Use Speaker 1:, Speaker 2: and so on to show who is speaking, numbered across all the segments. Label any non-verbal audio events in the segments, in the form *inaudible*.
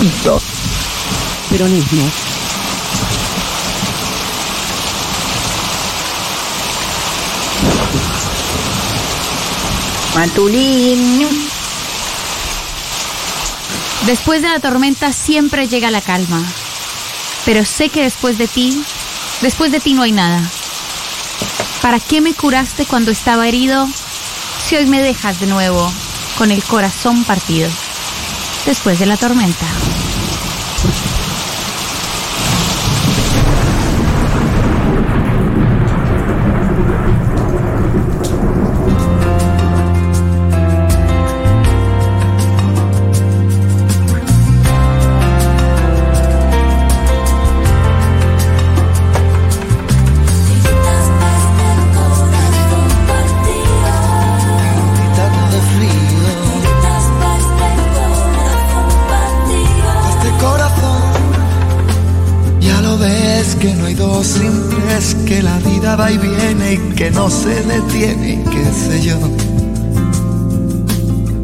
Speaker 1: juntos. Peronismo.
Speaker 2: Matulín.
Speaker 3: Después de la tormenta siempre llega la calma. Pero sé que después de ti, después de ti no hay nada. ¿Para qué me curaste cuando estaba herido si hoy me dejas de nuevo con el corazón partido? Después de la tormenta.
Speaker 4: Este que no se detiene, qué sé yo.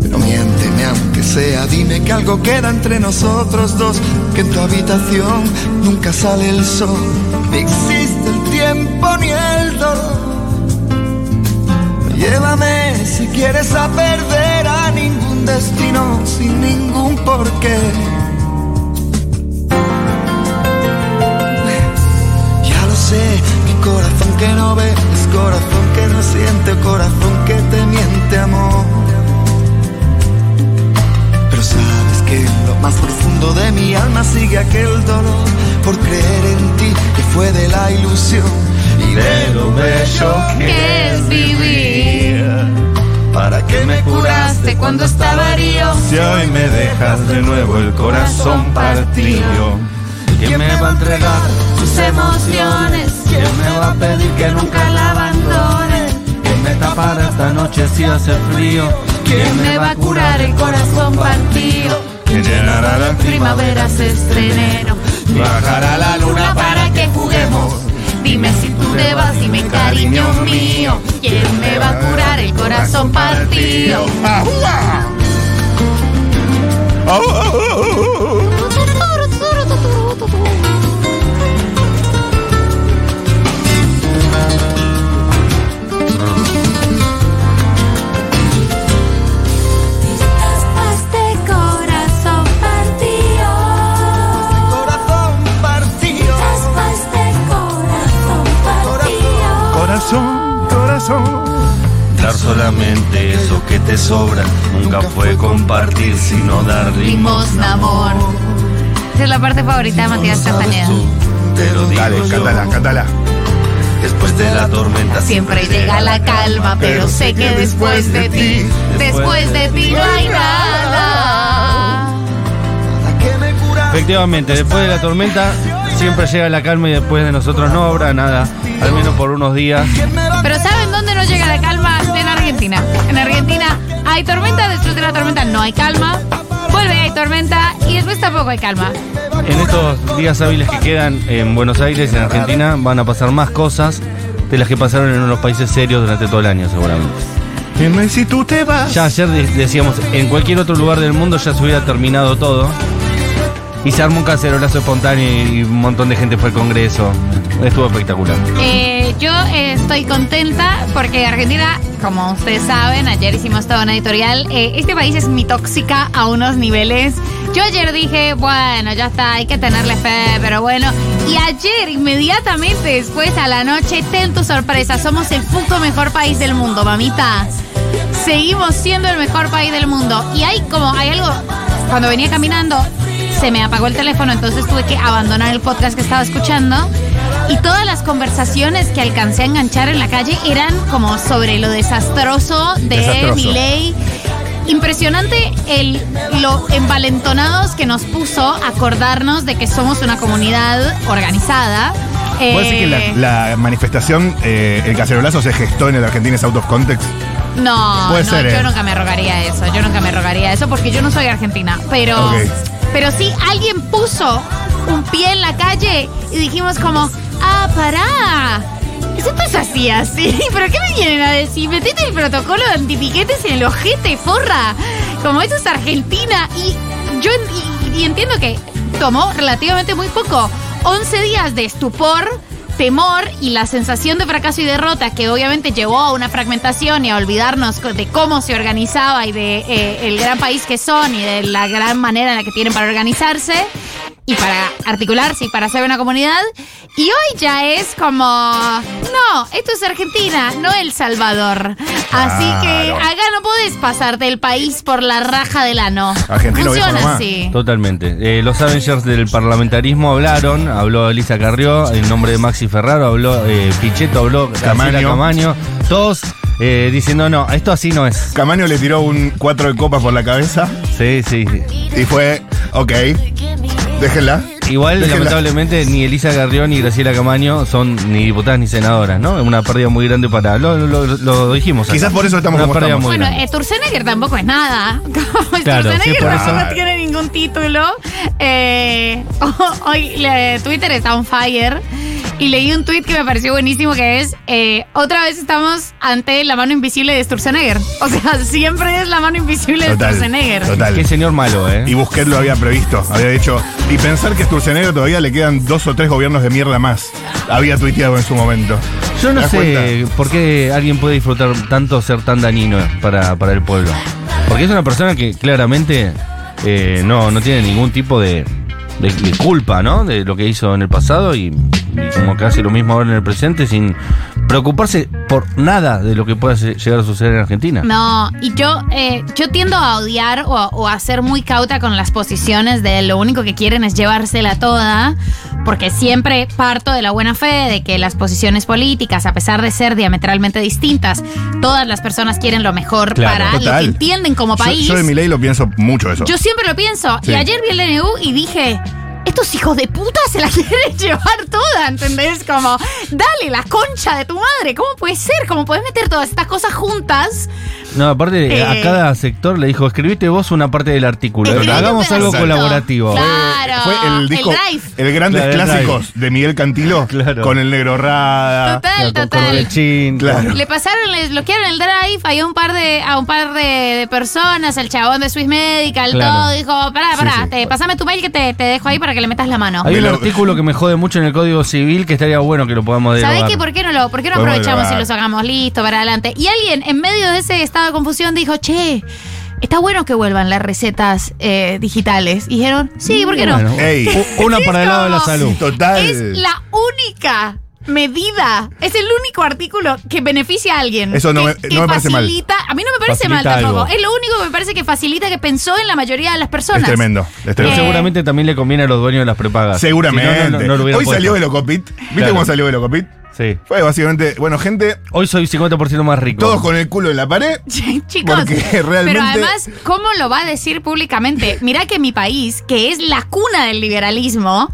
Speaker 4: Pero miénteme aunque sea, dime que algo queda entre nosotros dos, que en tu habitación nunca sale el sol, ni existe el tiempo ni el dolor. Llévame si quieres a perder a ningún destino, sin ningún porqué. Ya lo sé corazón que no ves, corazón que no siente, corazón que te miente, amor. Pero sabes que en lo más profundo de mi alma sigue aquel dolor por creer en ti que fue de la ilusión y de lo bello que es vivir. ¿Para qué me curaste cuando estaba herido?
Speaker 5: Si hoy me dejas de nuevo el corazón partido, ¿quién me va a entregar tus emociones? ¿Quién me va a pedir que nunca la abandone? ¿Quién me tapará esta noche si hace frío?
Speaker 6: ¿Quién me va a curar el corazón partido?
Speaker 5: ¿Quién llenará las
Speaker 6: primaveras este enero?
Speaker 5: Bajará la luna
Speaker 6: para que juguemos. Dime si tú te vas, dime cariño mío. ¿Quién me va a curar el corazón partido?
Speaker 5: corazón, corazón. Dar solamente eso que te sobra. Nunca fue compartir, sino dar
Speaker 3: limosna, amor. Esa es la parte favorita de Matías Castañeda.
Speaker 5: Te lo digo
Speaker 7: Dale,
Speaker 5: yo.
Speaker 7: cántala, cántala.
Speaker 5: Después de la tormenta
Speaker 3: Siempre llega la calma, pero sé que después de ti, después de ti no hay nada.
Speaker 4: ¿Para qué me curaste?
Speaker 5: Efectivamente, después de la tormenta siempre llega la calma y después de nosotros no habrá nada, al menos por unos días.
Speaker 4: ¿Quién me va a
Speaker 3: Pero ¿saben dónde no llega la calma? En Argentina. En Argentina hay tormenta, después de la tormenta no hay calma. Vuelve, hay tormenta y después tampoco hay calma.
Speaker 5: En estos días hábiles que quedan en Buenos Aires y en Argentina van a pasar más cosas de las que pasaron en los países serios durante todo el año seguramente.
Speaker 7: Dime si tú te vas.
Speaker 5: Ya ayer de- decíamos, en cualquier otro lugar del mundo ya se hubiera terminado todo. Y se armó un cacerolazo espontáneo y un montón de gente fue al Congreso. Estuvo espectacular.
Speaker 3: Eh, yo eh, estoy contenta porque Argentina, como ustedes saben, ayer hicimos toda una editorial. eh, este país es mi tóxica a unos niveles. Yo ayer dije, bueno, ya está, hay que tenerle fe, pero bueno. Y ayer, inmediatamente después a la noche, ten tu sorpresa, somos el puto mejor país del mundo, mamita. Seguimos siendo el mejor país del mundo. Y hay como, hay algo, cuando venía caminando, se me apagó el teléfono, entonces tuve que abandonar el podcast que estaba escuchando. Y todas las conversaciones que alcancé a enganchar en la calle eran como sobre lo desastroso de
Speaker 7: Desastroso.
Speaker 3: mi ley. Impresionante el, lo envalentonados que nos puso acordarnos de que somos una comunidad organizada.
Speaker 7: ¿Puedo decir que
Speaker 3: Eh,
Speaker 7: la, la manifestación, eh, el cacerolazo se gestó en el Argentines Out of Context?
Speaker 3: No,
Speaker 7: Puede
Speaker 3: no,
Speaker 7: ser,
Speaker 3: yo
Speaker 7: eh.
Speaker 3: nunca me rogaría eso, yo nunca me rogaría eso porque yo no soy argentina, pero
Speaker 7: Ok.
Speaker 3: pero sí alguien puso un pie en la calle y dijimos como, "Ah, pará. Eso no es así, así. *laughs* ¿Pero qué me vienen a decir? Metete el protocolo de antipiquetes en el ojete, forra. Como eso es Argentina. Y yo en- y y entiendo que tomó relativamente muy poco. 11 días de estupor, temor y la sensación de fracaso y derrota que obviamente llevó a una fragmentación y a olvidarnos co- de cómo se organizaba y de eh, el gran país que son y de la gran manera en la que tienen para organizarse y para articularse y para ser una comunidad. Y hoy ya es como, no, esto es Argentina, no El Salvador. Así que
Speaker 7: Claro.
Speaker 3: acá no podés pasarte el país por la raja del ano.
Speaker 7: Argentino viejo
Speaker 3: Funciona
Speaker 7: nomás.
Speaker 3: así.
Speaker 5: Totalmente. Eh, los Avengers del parlamentarismo hablaron, habló Elisa Carrió, en nombre de Maxi Ferraro, habló eh, Pichetto, habló Graciela
Speaker 7: Camaño.
Speaker 5: Camaño, todos eh, diciendo, no, esto así no es.
Speaker 7: Camaño le tiró un cuatro de copas por la cabeza
Speaker 5: Sí, sí.
Speaker 7: y fue, ok, déjenla.
Speaker 5: Igual,
Speaker 7: Déjenla.
Speaker 5: lamentablemente, ni Elisa Carrió ni Graciela Camaño son ni diputadas ni senadoras, ¿no? Es Una pérdida muy grande para... Lo, lo- lo- lo dijimos. acá.
Speaker 7: Quizás por eso estamos
Speaker 5: Una
Speaker 7: como
Speaker 5: pérdida
Speaker 7: estamos.
Speaker 5: muy
Speaker 3: Bueno,
Speaker 5: grande.
Speaker 3: eh, Sturzenegger tampoco es nada. *laughs* Como
Speaker 5: Claro,
Speaker 3: Sturzenegger
Speaker 5: sí, por
Speaker 3: tampoco
Speaker 7: eso.
Speaker 3: no tiene ningún título. Eh, *laughs* hoy eh, Twitter está on fire. Y leí un tweet que me pareció buenísimo que es eh, otra vez estamos ante la mano invisible de Sturzenegger. O sea, *laughs* siempre es la mano invisible de Sturzenegger.
Speaker 7: Total, total.
Speaker 5: Qué señor malo, ¿eh?
Speaker 7: Y Busquets lo había previsto, había dicho. Y pensar que a Sturzenegger todavía le quedan dos o tres gobiernos de mierda más. Había tuiteado en su momento.
Speaker 5: Yo
Speaker 7: ¿Te
Speaker 5: no
Speaker 7: das
Speaker 5: sé
Speaker 7: cuenta?
Speaker 5: por qué alguien puede disfrutar tanto ser tan dañino para, para el pueblo. Porque es una persona que claramente eh, no, no tiene ningún tipo de, de- de culpa, ¿no? De lo que hizo en el pasado y, y como que hace lo mismo ahora en el presente sin preocuparse por nada de lo que pueda se- llegar a suceder en Argentina.
Speaker 3: No,
Speaker 7: Ah.
Speaker 3: y yo, eh, yo tiendo a odiar o a, o a ser muy cauta con las posiciones de lo único que quieren es llevársela toda, porque siempre parto de la buena fe de que las posiciones políticas, a pesar de ser diametralmente distintas, todas las personas quieren lo mejor
Speaker 5: Claro,
Speaker 3: para lo
Speaker 7: total.
Speaker 3: que entienden como
Speaker 7: Yo-
Speaker 3: país.
Speaker 7: Yo, de mi ley lo pienso mucho eso.
Speaker 3: Yo siempre lo pienso.
Speaker 7: Sí.
Speaker 3: Y ayer vi el DNU y dije. Estos hijos de puta se la *laughs* quieren llevar toda, ¿entendés? Como, dale, la concha de tu madre. ¿Cómo puede ser? ¿Cómo puedes meter todas estas cosas juntas?
Speaker 5: No, aparte
Speaker 3: Eh.
Speaker 5: a cada sector le dijo, escribiste vos una parte del artículo.
Speaker 3: Escribí un
Speaker 5: Hagamos algo
Speaker 3: pedacito.
Speaker 5: colaborativo.
Speaker 3: Claro.
Speaker 7: Eh, Fue el disco, eh,
Speaker 3: el Drive.
Speaker 7: el, Grandes
Speaker 5: Claro, el
Speaker 7: Clásicos de Miguel Cantilo
Speaker 5: Claro.
Speaker 7: con el Negro Rada.
Speaker 3: Total,
Speaker 5: Con
Speaker 3: total.
Speaker 5: Correchín,
Speaker 7: Claro.
Speaker 3: Le pasaron, les bloquearon el drive hay un par de, a un par de, de personas, el chabón de Swiss Medical,
Speaker 5: Claro.
Speaker 3: todo, dijo, pará, pará,
Speaker 7: sí.
Speaker 3: te- pasame tu mail que te, te dejo ahí para que le metas la mano.
Speaker 5: Hay
Speaker 7: Me
Speaker 5: un
Speaker 7: lo-
Speaker 5: artículo que me jode mucho en el Código Civil que estaría bueno que lo podamos
Speaker 3: ¿Sabés
Speaker 5: derogar.
Speaker 3: qué? ¿Por qué no lo, por qué no
Speaker 7: Podemos
Speaker 3: aprovechamos y
Speaker 7: dialogar.
Speaker 3: lo sacamos listo para adelante? Y alguien en medio de ese estado de confusión dijo, che, está bueno que vuelvan las recetas eh, digitales. Y dijeron, sí, ¿por qué no?
Speaker 5: Bueno,
Speaker 7: Ey.
Speaker 5: u- una
Speaker 3: Es
Speaker 5: para el lado de la
Speaker 3: como-
Speaker 5: salud.
Speaker 7: Total.
Speaker 3: Es la única medida, es el único artículo que beneficia a alguien.
Speaker 7: Eso no
Speaker 3: que,
Speaker 7: me-
Speaker 3: que
Speaker 7: no me parece mal.
Speaker 3: facilita, A mí no me parece
Speaker 5: Facilita
Speaker 3: mal tampoco.
Speaker 5: algo.
Speaker 3: Es lo único que me parece que facilita que pensó en la mayoría de las
Speaker 7: Es
Speaker 3: personas.
Speaker 7: tremendo. es
Speaker 5: Pero
Speaker 7: tremendo.
Speaker 3: Eh,
Speaker 5: seguramente también le conviene a los dueños de las prepagas.
Speaker 7: Seguramente.
Speaker 5: Si no, no, no- no lo
Speaker 7: Hoy
Speaker 5: hubiera
Speaker 7: salió
Speaker 5: puesto.
Speaker 7: Velocopit. ¿Viste
Speaker 5: Claro.
Speaker 7: cómo salió Velocopit?
Speaker 5: Sí.
Speaker 7: Fue básicamente, bueno, gente,
Speaker 5: Hoy soy 50% más rico.
Speaker 7: todos con el culo en la pared.
Speaker 3: *laughs* Ch- Chicos,
Speaker 7: Porque realmente-
Speaker 3: pero además, ¿cómo lo va a decir públicamente? Mirá que mi país, que es la cuna del liberalismo,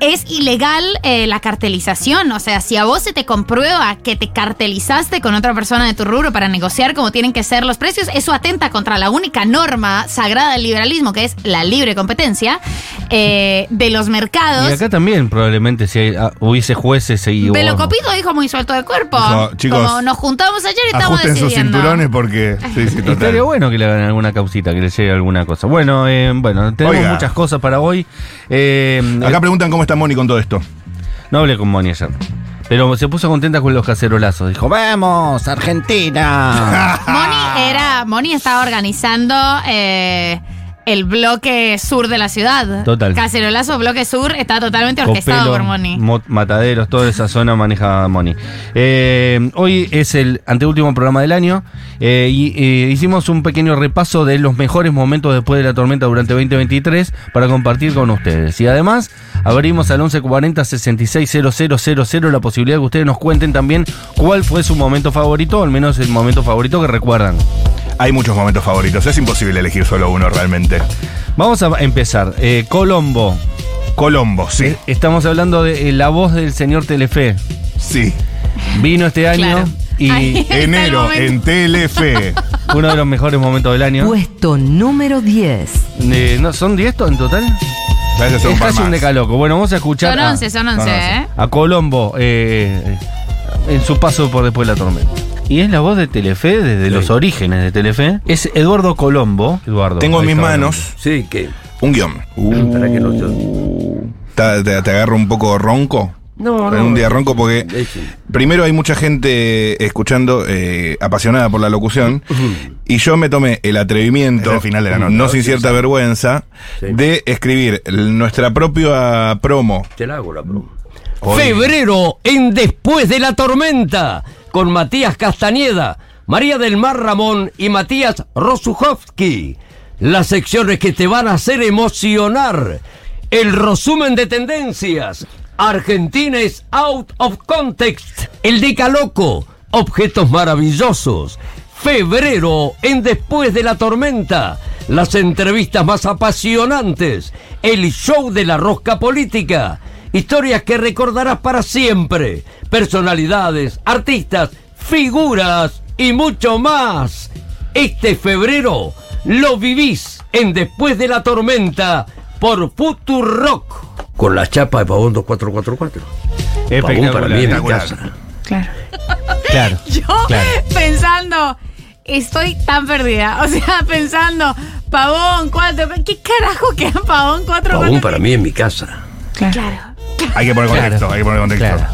Speaker 3: es ilegal eh, la cartelización. O sea, si a vos se te comprueba que te cartelizaste con otra persona de tu rubro para negociar cómo tienen que ser los precios, eso atenta contra la única norma sagrada del liberalismo, que es la libre competencia eh, de los mercados.
Speaker 5: Y acá también probablemente si hay- ah, hubiese jueces y...
Speaker 3: Velocopito dijo muy suelto de cuerpo.
Speaker 7: Dijo, "Chicos,
Speaker 3: Como nos juntamos ayer y estamos
Speaker 7: Ajusten sus
Speaker 3: decidiendo.
Speaker 7: cinturones porque. Sí, sí,
Speaker 5: Y *laughs* Estaría
Speaker 7: total.
Speaker 5: bueno que le hagan alguna causita, que le llegue alguna cosa. Bueno, eh, bueno tenemos
Speaker 7: Oiga.
Speaker 5: muchas cosas para hoy. Eh,
Speaker 7: Acá preguntan cómo está Moni con todo esto.
Speaker 5: No hablé con Moni ayer. Pero se puso contenta con los cacerolazos. Dijo,
Speaker 7: *laughs*
Speaker 5: ¡Vamos, Argentina!
Speaker 3: Moni era. Moni estaba organizando eh, el bloque sur de la ciudad.
Speaker 5: Total.
Speaker 3: Cacerolazo, bloque sur, está totalmente orquestado
Speaker 5: Copelo,
Speaker 3: por Moni.
Speaker 5: Mo- Mataderos, toda esa zona maneja Moni. Eh, hoy es el anteúltimo programa del año eh, y eh, hicimos un pequeño repaso de los mejores momentos después de la tormenta durante 2023 para compartir con ustedes. Y además abrimos al 1140 660000 la posibilidad de que ustedes nos cuenten también cuál fue su momento favorito, o al menos el momento favorito que recuerdan.
Speaker 7: Hay muchos momentos favoritos. Es imposible elegir solo uno realmente.
Speaker 5: Vamos a empezar. Eh, Colombo.
Speaker 7: Colombo, sí.
Speaker 5: Eh, Estamos hablando de eh, la voz del señor Telefe.
Speaker 7: Sí.
Speaker 5: Vino este año
Speaker 3: Claro.
Speaker 5: y
Speaker 3: Ay. *laughs* Está el
Speaker 7: Enero
Speaker 3: momento.
Speaker 7: en
Speaker 5: *laughs*
Speaker 7: Telefe.
Speaker 5: uno de los mejores momentos del año.
Speaker 6: Puesto número 10.
Speaker 5: Eh, ¿no? ¿Son 10 to- en total?
Speaker 7: Gracias a
Speaker 5: es
Speaker 7: un par
Speaker 5: casi un
Speaker 7: más.
Speaker 5: decaloco. Bueno, vamos a escuchar.
Speaker 3: Son
Speaker 5: a-
Speaker 3: 11, son 11, ¿eh?
Speaker 5: A Colombo eh, en su paso por después de la tormenta. Y es la voz de Telefe, desde los orígenes de Telefe. Es Eduardo Colombo. Eduardo.
Speaker 7: Tengo en
Speaker 5: ahí
Speaker 7: mis
Speaker 5: está,
Speaker 7: manos
Speaker 8: Sí, que
Speaker 7: un guión. Uh.
Speaker 9: Para que no yo-
Speaker 7: Ta- Te, te agarro un poco ronco.
Speaker 9: No,
Speaker 7: En
Speaker 9: no.
Speaker 7: un día ronco porque
Speaker 9: Dejen.
Speaker 7: primero hay mucha gente escuchando eh, apasionada por la locución y yo me tomé el atrevimiento, Es el final de la nota.
Speaker 9: Ah,
Speaker 7: no sin
Speaker 9: sí,
Speaker 7: cierta vergüenza,
Speaker 9: Sí.
Speaker 7: de escribir nuestra propia promo.
Speaker 9: Te la hago la broma.
Speaker 7: Hoy.
Speaker 8: Febrero en Después de la Tormenta con Matías Castañeda, María del Mar Ramón y Matías Rosuchowski. Las secciones que te van a hacer emocionar. El resumen de tendencias. Argentina es out of context. El Decaloco. Objetos maravillosos. Febrero en Después de la Tormenta. Las entrevistas más apasionantes. El show de la rosca política. Historias que recordarás para siempre. Personalidades, artistas, figuras y mucho más. Este febrero lo vivís en Después de la Tormenta por Futurock.
Speaker 9: Con la chapa de Pavón 2444. Pavón para
Speaker 5: Espectacular.
Speaker 9: mí es mi
Speaker 7: espectacular.
Speaker 9: casa.
Speaker 3: Claro.
Speaker 5: Claro.
Speaker 3: *laughs* Yo pensando, estoy tan perdida. O sea, *laughs* pensando, Pavón, cuatro. ¿Qué carajo que era Pavón, cuatro?
Speaker 9: Pavón
Speaker 3: cuatro,
Speaker 9: para
Speaker 3: qué?
Speaker 9: mí es mi casa.
Speaker 3: Claro.
Speaker 7: Hay que poner contexto,
Speaker 5: Claro,
Speaker 7: hay que poner contexto.
Speaker 5: claro.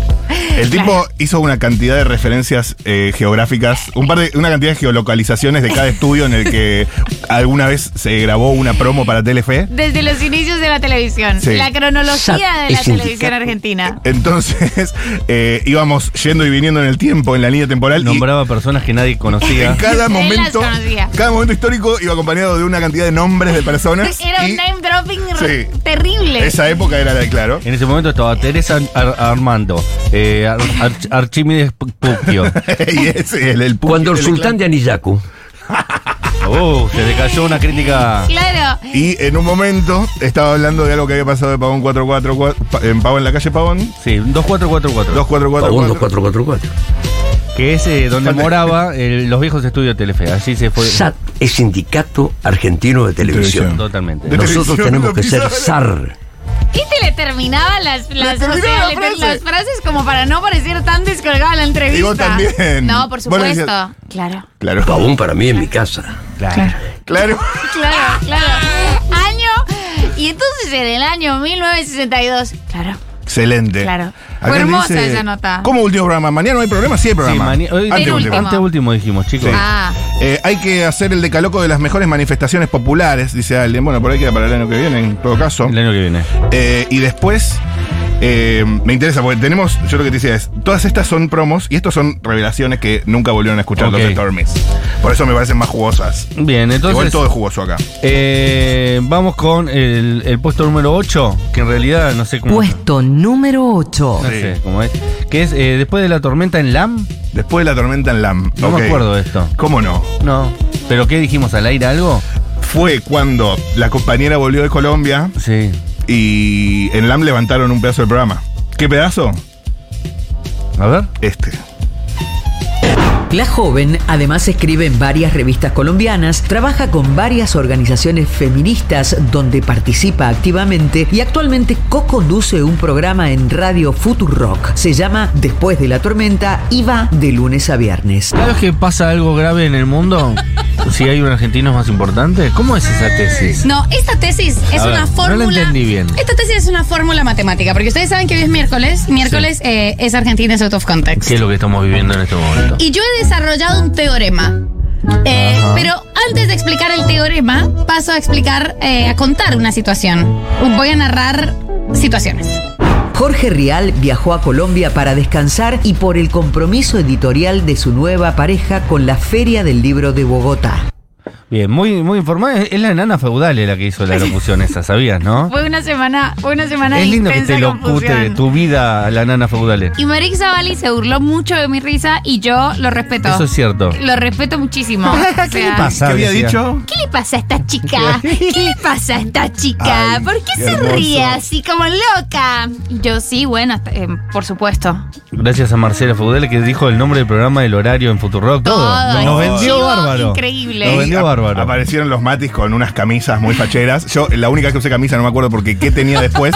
Speaker 7: El tipo hizo una cantidad de referencias eh, geográficas, un par de, una cantidad de geolocalizaciones de cada estudio en el que *laughs* alguna vez se grabó una promo para Telefe.
Speaker 3: Desde los inicios de la televisión.
Speaker 7: Sí.
Speaker 3: La cronología de la
Speaker 8: es indica-
Speaker 3: televisión argentina.
Speaker 7: Entonces *laughs* eh, íbamos yendo y viniendo en el tiempo, en la línea temporal. y-
Speaker 5: Nombraba personas que nadie
Speaker 7: En
Speaker 5: conocía.
Speaker 7: cada
Speaker 3: Él las
Speaker 7: momento,
Speaker 3: conocía.
Speaker 7: cada momento histórico iba acompañado de una cantidad de nombres de personas.
Speaker 3: *laughs* Era un
Speaker 7: y
Speaker 3: name dropping r-
Speaker 7: Sí.
Speaker 3: terrible.
Speaker 7: esa época era la de claro. *laughs*
Speaker 5: En ese momento estaba Teresa Ar- Armando, eh, Ar- Arch- Archimedes Pu- Puccio.
Speaker 7: y ese, el, el pu-
Speaker 9: Cuando el
Speaker 7: el
Speaker 9: sultán de Anillacu.
Speaker 5: *laughs* Oh, se le cayó una crítica.
Speaker 3: Claro.
Speaker 7: Y en un momento estaba hablando de algo que había pasado de Pavón 444, pa- en Pavón en la calle Pavón,
Speaker 5: Sí, un 2444.
Speaker 9: Pavón
Speaker 7: 2444.
Speaker 9: 2444.
Speaker 5: Que es eh, donde
Speaker 7: Falta-
Speaker 5: moraba el- los viejos estudios de Telefe. Así se fue.
Speaker 9: SAT es Sindicato Argentino de Televisión.
Speaker 5: Totalmente.
Speaker 7: De-
Speaker 9: Nosotros
Speaker 7: Televisión
Speaker 9: tenemos que ser
Speaker 7: Nacional.
Speaker 9: SAR.
Speaker 3: Y te le terminaba las, las,
Speaker 7: Le
Speaker 3: o sea,
Speaker 7: terminaba
Speaker 3: le
Speaker 7: la
Speaker 3: ter-
Speaker 7: frase.
Speaker 3: las frases como para no parecer tan descolgada la entrevista.
Speaker 7: Y vos también.
Speaker 3: No, por
Speaker 7: Vos le
Speaker 3: supuesto.
Speaker 7: decías-
Speaker 3: claro.
Speaker 7: Claro,
Speaker 9: Pavón para mí es mi casa.
Speaker 5: Claro.
Speaker 7: claro.
Speaker 3: Claro, claro. Año. Y entonces en el año 1962. Claro.
Speaker 7: Excelente.
Speaker 3: Claro.
Speaker 7: Acá
Speaker 3: Fue hermosa
Speaker 7: dice,
Speaker 3: esa nota.
Speaker 7: ¿Cómo último programa? Mañana no hay programa, sí hay
Speaker 5: Sí,
Speaker 7: programa.
Speaker 5: mani- hoy-
Speaker 7: Anteúltimo.
Speaker 3: Penúltimo.
Speaker 5: anteúltimo dijimos, chicos.
Speaker 7: Sí.
Speaker 3: Ah.
Speaker 7: Eh, hay que hacer el decaloco de las mejores manifestaciones populares, dice alguien. Bueno, por ahí queda para el año que viene, en todo caso.
Speaker 5: El año que viene.
Speaker 7: Eh, y después, eh, me interesa, porque tenemos, yo lo que te decía es, todas estas son promos y estos son revelaciones que nunca volvieron a escuchar
Speaker 5: Ok.
Speaker 7: los Stormies. Por eso me parecen más jugosas. Igual
Speaker 5: Bien, entonces.
Speaker 7: todo es jugoso acá.
Speaker 5: eh, vamos con el, el puesto número 8, que en realidad no sé cómo.
Speaker 10: Puesto número 8.
Speaker 5: No sé cómo es. Que es eh, después de la tormenta en LAM.
Speaker 7: Después de la tormenta en LAM.
Speaker 5: No
Speaker 7: Ok.
Speaker 5: me acuerdo de esto.
Speaker 7: ¿Cómo no?
Speaker 5: No. ¿Pero qué dijimos? ¿Al aire algo?
Speaker 7: Fue cuando la compañera volvió de Colombia
Speaker 5: Sí.
Speaker 7: y en LAM levantaron un pedazo del programa. ¿Qué pedazo?
Speaker 5: A ver.
Speaker 7: Este.
Speaker 10: La joven además escribe en varias revistas colombianas, trabaja con varias organizaciones feministas donde participa activamente y actualmente co-conduce un programa en Radio Futurock. Se llama Después de la tormenta y va de lunes a viernes.
Speaker 5: ¿Sabes que pasa algo grave en
Speaker 7: *laughs*
Speaker 5: el mundo? Si hay un argentino más importante. ¿Cómo es esa tesis?
Speaker 11: No, esta tesis es
Speaker 5: A ver,
Speaker 11: una
Speaker 5: no la
Speaker 11: fórmula.
Speaker 5: entendí bien.
Speaker 11: Esta tesis es una fórmula matemática, porque ustedes saben que hoy es miércoles. Miércoles eh, es Argentina, es out of context.
Speaker 5: ¿Qué es lo que estamos viviendo en este momento?
Speaker 11: Y yo he desarrollado un teorema. Eh, pero antes de explicar el teorema, paso a explicar, eh, a contar una situación. Voy a narrar situaciones.
Speaker 10: Jorge Rial viajó a Colombia para descansar y por el compromiso editorial de su nueva pareja con la Feria del Libro de Bogotá.
Speaker 5: Bien, muy, muy informada. Es la enana feudal la que hizo la locución esa, ¿sabías, no?
Speaker 3: Fue una semana, fue una semana
Speaker 5: Es
Speaker 3: de
Speaker 5: lindo que
Speaker 3: intensa
Speaker 5: te locute de
Speaker 3: confusión.
Speaker 5: tu vida a la nana feudal.
Speaker 3: Y Marix Zavali se burló mucho de mi risa y yo lo respeto.
Speaker 5: Eso es cierto.
Speaker 3: Lo
Speaker 5: *laughs*
Speaker 3: respeto muchísimo. O
Speaker 5: ¿Qué
Speaker 3: sea,
Speaker 5: pasa?
Speaker 7: ¿Qué había
Speaker 5: Decía.
Speaker 7: dicho?
Speaker 3: ¿Qué le pasa a
Speaker 5: *laughs*
Speaker 3: esta chica? ¿Qué le pasa a esta chica?
Speaker 7: Ay,
Speaker 3: ¿Por qué,
Speaker 7: qué
Speaker 3: se
Speaker 7: hermoso.
Speaker 3: ríe así como loca? Y yo, sí, bueno, está- eh, por supuesto.
Speaker 5: Gracias a Marcela Feudal que dijo el nombre del programa, el horario en Futurock, todo.
Speaker 3: Todo,
Speaker 5: Nos
Speaker 3: el
Speaker 5: vendió
Speaker 3: chivo
Speaker 5: bárbaro.
Speaker 3: increíble.
Speaker 5: Nos
Speaker 7: Y
Speaker 5: vendió
Speaker 7: ap-
Speaker 5: bárbaro. *laughs*
Speaker 7: Aparecieron los matis con unas camisas muy facheras. Yo, la única que usé camisa, no me acuerdo porque qué tenía después.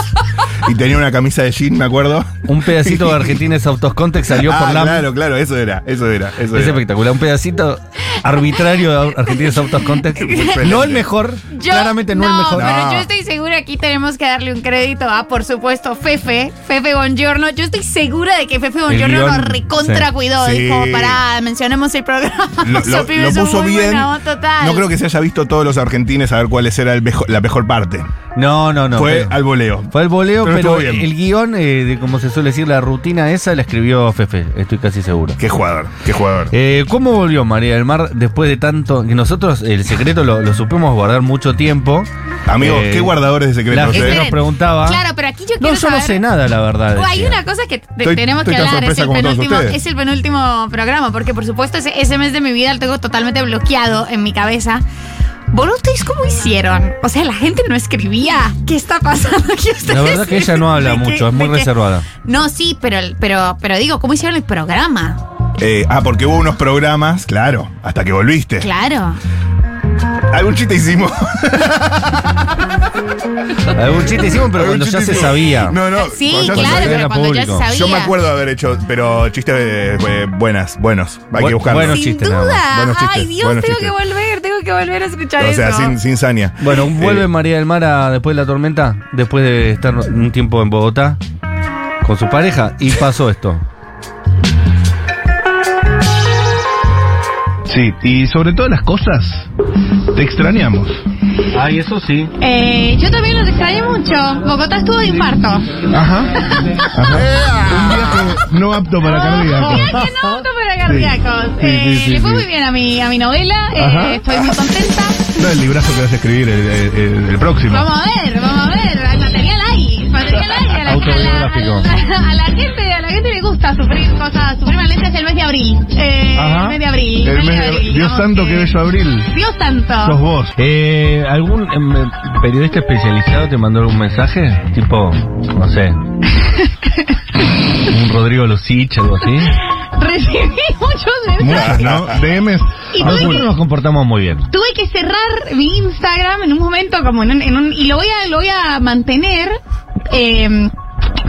Speaker 7: y tenía una camisa de jean, me acuerdo.
Speaker 5: Un pedacito de Argentines Autos Context salió
Speaker 7: Ah,
Speaker 5: por la.
Speaker 7: Claro, claro, eso era, eso era, eso
Speaker 5: es
Speaker 7: era.
Speaker 5: espectacular. Un pedacito arbitrario de Argentines Autos
Speaker 7: *laughs*
Speaker 5: Context. No el mejor.
Speaker 3: Yo-
Speaker 5: claramente no, el mejor.
Speaker 3: pero
Speaker 7: No.
Speaker 3: yo estoy segura, aquí tenemos que darle un crédito a, por supuesto, Fefe, Fefe Bongiorno. Yo estoy segura de que Fefe Bongiorno
Speaker 5: guión,
Speaker 3: nos recontra
Speaker 5: sí.
Speaker 3: cuidó.
Speaker 7: Sí.
Speaker 3: Dijo, pará, mencionemos el programa. *laughs*
Speaker 7: Lo,
Speaker 3: Esos
Speaker 7: lo-
Speaker 3: pibes
Speaker 7: lo
Speaker 3: son
Speaker 7: puso
Speaker 3: muy
Speaker 7: bien.
Speaker 3: buena onda, total.
Speaker 7: No creo que se haya visto todos los argentines a ver cuál era el mejo- la mejor parte.
Speaker 5: No, no, no.
Speaker 7: Fue
Speaker 5: pero-
Speaker 7: al voleo.
Speaker 5: Fue el voleo,
Speaker 7: Pero
Speaker 5: pero,
Speaker 7: estuvo bien.
Speaker 5: el guión, eh, de como se suele decir, la rutina esa la escribió Fefe, estoy casi seguro.
Speaker 7: Qué jugador, qué jugador.
Speaker 5: Eh, ¿Cómo volvió María del Mar después de tanto? Que nosotros el secreto lo, lo supimos guardar mucho tiempo.
Speaker 7: Amigos,
Speaker 5: eh,
Speaker 7: qué guardadores de
Speaker 5: La
Speaker 7: secretos.
Speaker 5: gente
Speaker 7: eh.
Speaker 5: nos preguntaba.
Speaker 3: Este, Claro, pero aquí yo quiero
Speaker 5: no, yo no
Speaker 3: saber-
Speaker 5: sé nada, la verdad.
Speaker 3: Oh, Hay
Speaker 5: decía.
Speaker 3: una cosa que te-
Speaker 7: Estoy-
Speaker 3: tenemos
Speaker 7: estoy
Speaker 3: que
Speaker 7: tan
Speaker 3: hablar, es
Speaker 7: sorpresa
Speaker 3: el,
Speaker 7: como todos
Speaker 3: penúltimo,
Speaker 7: ustedes.
Speaker 3: es el penúltimo programa, porque por supuesto ese, ese mes de mi vida lo tengo totalmente bloqueado en mi cabeza. ¿Vos ustedes cómo hicieron? O sea, la gente no escribía. ¿Qué está pasando aquí? *laughs* Ustedes
Speaker 5: La verdad que ella
Speaker 3: *laughs*
Speaker 5: no habla
Speaker 3: ¿De qué-
Speaker 5: mucho, es muy
Speaker 3: de qué?
Speaker 5: reservada.
Speaker 3: No, sí, pero, pero, pero digo, ¿cómo hicieron el programa?
Speaker 7: Eh, ah, porque hubo unos programas, claro, hasta que volviste.
Speaker 3: Claro.
Speaker 7: Algún chiste hicimos.
Speaker 5: Algún chiste hicimos, pero
Speaker 7: Algún
Speaker 5: cuando ya
Speaker 7: chiste
Speaker 5: se
Speaker 7: hicimos.
Speaker 5: sabía.
Speaker 7: No, no.
Speaker 3: Ah, sí,
Speaker 7: cuando ya se
Speaker 3: claro,
Speaker 7: sabía.
Speaker 5: era
Speaker 3: pero cuando ya se
Speaker 5: público.
Speaker 3: sabía.
Speaker 7: Yo me acuerdo de haber hecho, pero chistes eh, eh, buenas, buenos. Hay
Speaker 5: Bu-
Speaker 7: que buscarlos.
Speaker 5: buenos
Speaker 3: Sin
Speaker 5: chistes, nada más.
Speaker 3: duda.
Speaker 7: Buenos
Speaker 3: Ay,
Speaker 7: chistes,
Speaker 3: Dios, tengo
Speaker 7: buenos
Speaker 3: que
Speaker 7: chistes.
Speaker 3: volver, tengo que volver a escuchar
Speaker 7: O sea,
Speaker 3: eso.
Speaker 7: sin, sin saña.
Speaker 5: Bueno, vuelve
Speaker 7: Eh,
Speaker 5: María del Mar a- después de la tormenta, después de estar un tiempo en Bogotá con su pareja, y pasó esto.
Speaker 6: Sí, y sobre todas las cosas, te extrañamos.
Speaker 5: Ay, eso sí.
Speaker 12: Eh, yo también los extraño mucho. Bogotá estuvo de infarto.
Speaker 6: Ajá. Un viaje no apto para
Speaker 12: Mira
Speaker 6: cardíacos.
Speaker 12: que no, apto para cardíacos.
Speaker 6: Sí,
Speaker 12: Eh,
Speaker 6: sí, sí,
Speaker 12: le fue
Speaker 6: sí.
Speaker 12: muy bien a mi, a mi novela. eh,
Speaker 6: Ajá.
Speaker 12: estoy muy contenta.
Speaker 6: No, el librazo que vas a escribir el, el- el próximo.
Speaker 12: Vamos a ver, vamos a ver. Al material hay. Material hay. A la, a la-
Speaker 5: Autobiográfico.
Speaker 12: a la- a la gente, a la gente le gusta sufrir cosas. Sufrir malencias el mes de abril. Eh,
Speaker 6: Ajá.
Speaker 12: el mes de abril. eh,
Speaker 6: El mes de- Dios santo, qué bello abril.
Speaker 12: Dios santo.
Speaker 6: Sos vos.
Speaker 5: Eh, ¿Algún em, periodista especializado te mandó algún mensaje? Tipo, no sé. un Rodrigo Lucich, algo así.
Speaker 12: Recibí muchos mensajes.
Speaker 6: Muchas, ¿no? DMs.
Speaker 12: Y tuve
Speaker 5: Nosotros
Speaker 12: que-
Speaker 5: nos comportamos muy bien.
Speaker 12: Tuve que cerrar mi Instagram en un momento como en un, en un- y lo voy a lo voy a mantener. eh,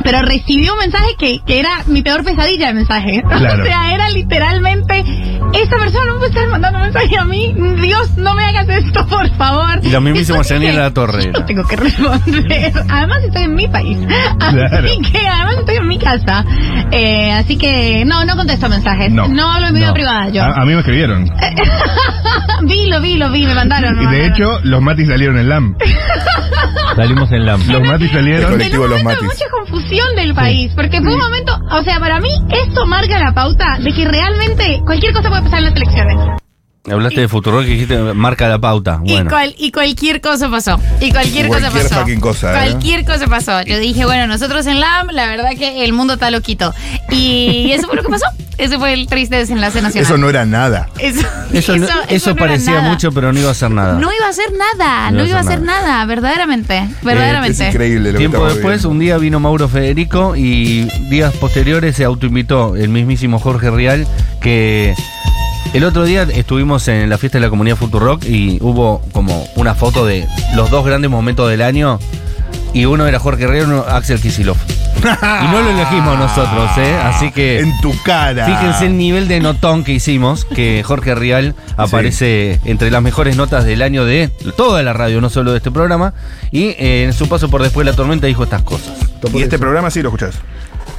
Speaker 12: pero recibí un mensaje que, que era mi peor pesadilla de mensaje. *laughs*
Speaker 6: Claro.
Speaker 12: O sea, era literalmente, esta persona no me está mandando mensaje a mí. Dios, no me hagas esto, por favor.
Speaker 5: Y lo mismo hicimos
Speaker 12: Después
Speaker 5: Yanira
Speaker 12: dije,
Speaker 5: La Torre.
Speaker 12: Yo tengo que responder. Además estoy en mi país. Así
Speaker 6: Claro.
Speaker 12: que además estoy en mi casa. Eh, así que no, no contesto mensajes.
Speaker 6: No.
Speaker 12: No, hablo en mi vida
Speaker 5: No.
Speaker 12: privada yo.
Speaker 7: Ah,
Speaker 6: A, a mí me escribieron.
Speaker 3: Ah,
Speaker 12: Vi, lo vi, lo vi, me mandaron. me
Speaker 6: Y de
Speaker 12: mandaron.
Speaker 6: hecho, los matis salieron en LAM.
Speaker 5: Salimos en LAM.
Speaker 6: Los matis
Speaker 7: El
Speaker 6: salieron.
Speaker 12: en
Speaker 7: colectivo
Speaker 12: un
Speaker 7: Los
Speaker 12: momento de
Speaker 7: Matis.
Speaker 12: mucha confusión del país, porque fue un momento, o sea, para mí esto marca la pauta de que realmente cualquier cosa puede pasar en las elecciones.
Speaker 5: Hablaste de Futuro que dijiste marca la pauta. Bueno.
Speaker 3: Y, cual- y cualquier cosa pasó. Y cualquier, cosa
Speaker 7: Cualquier
Speaker 3: pasó.
Speaker 7: fucking cosa, ¿eh?
Speaker 3: Cualquier cosa pasó. Yo dije, bueno, nosotros en LAM, la verdad que el mundo está loquito. Y eso fue lo que pasó. Ese fue el triste desenlace nacional.
Speaker 7: Eso no era nada.
Speaker 3: Eso,
Speaker 5: Eso,
Speaker 3: *laughs*
Speaker 5: no-
Speaker 3: eso-
Speaker 5: eso
Speaker 3: eso no era
Speaker 5: parecía
Speaker 3: nada.
Speaker 5: mucho, Ah. pero no iba a ser nada.
Speaker 3: No iba a hacer nada, no, iba a hacer nada, verdaderamente,
Speaker 7: Es
Speaker 3: verdaderamente.
Speaker 7: increíble lo que
Speaker 5: Tiempo
Speaker 7: estamos
Speaker 5: después,
Speaker 7: viviendo.
Speaker 5: un día vino Mauro Federico y días posteriores se autoinvitó el mismísimo Jorge Rial, que el otro día estuvimos en la fiesta de la comunidad Futurock y hubo como una foto de los dos grandes momentos del año y uno era Jorge Rial y uno Axel Kicillof. *laughs* Y no lo elegimos nosotros, ¿eh? Así que...
Speaker 7: En tu cara.
Speaker 5: Fíjense el nivel de notón que hicimos, que Jorge Rial aparece entre las mejores notas del año de toda la radio, no solo de este programa, y eh, en su paso por después de la tormenta dijo estas cosas.
Speaker 7: Y este programa sí lo escuchás.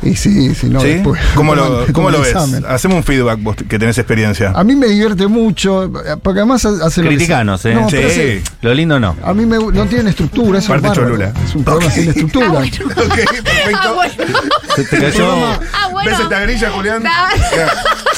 Speaker 13: Y sí, sí, no,
Speaker 7: ¿Sí?
Speaker 13: después.
Speaker 7: *laughs* ¿Cómo lo,
Speaker 13: Como-
Speaker 7: cómo
Speaker 13: como
Speaker 7: lo
Speaker 13: el
Speaker 7: ves?
Speaker 13: examen. Ah,
Speaker 7: Hacemos un feedback vos que tenés experiencia.
Speaker 13: A mí me divierte mucho, porque además hace lo que se-
Speaker 5: Criticanos, ¿eh?
Speaker 13: No,
Speaker 7: Sí. *laughs*
Speaker 13: pero hace-
Speaker 5: Lo lindo no.
Speaker 13: A mí me, no tienen estructura, eso
Speaker 7: Parte
Speaker 13: es bárbaro.
Speaker 7: Cholula.
Speaker 13: Es un programa sin estructura.
Speaker 6: Ah,
Speaker 7: Ok, perfecto.
Speaker 3: Ah, bueno.
Speaker 5: Se te
Speaker 7: *laughs*
Speaker 5: cayó.
Speaker 3: Ah, bueno.
Speaker 7: ¿Ves esta grilla, Julián?
Speaker 3: Ah.
Speaker 7: *laughs*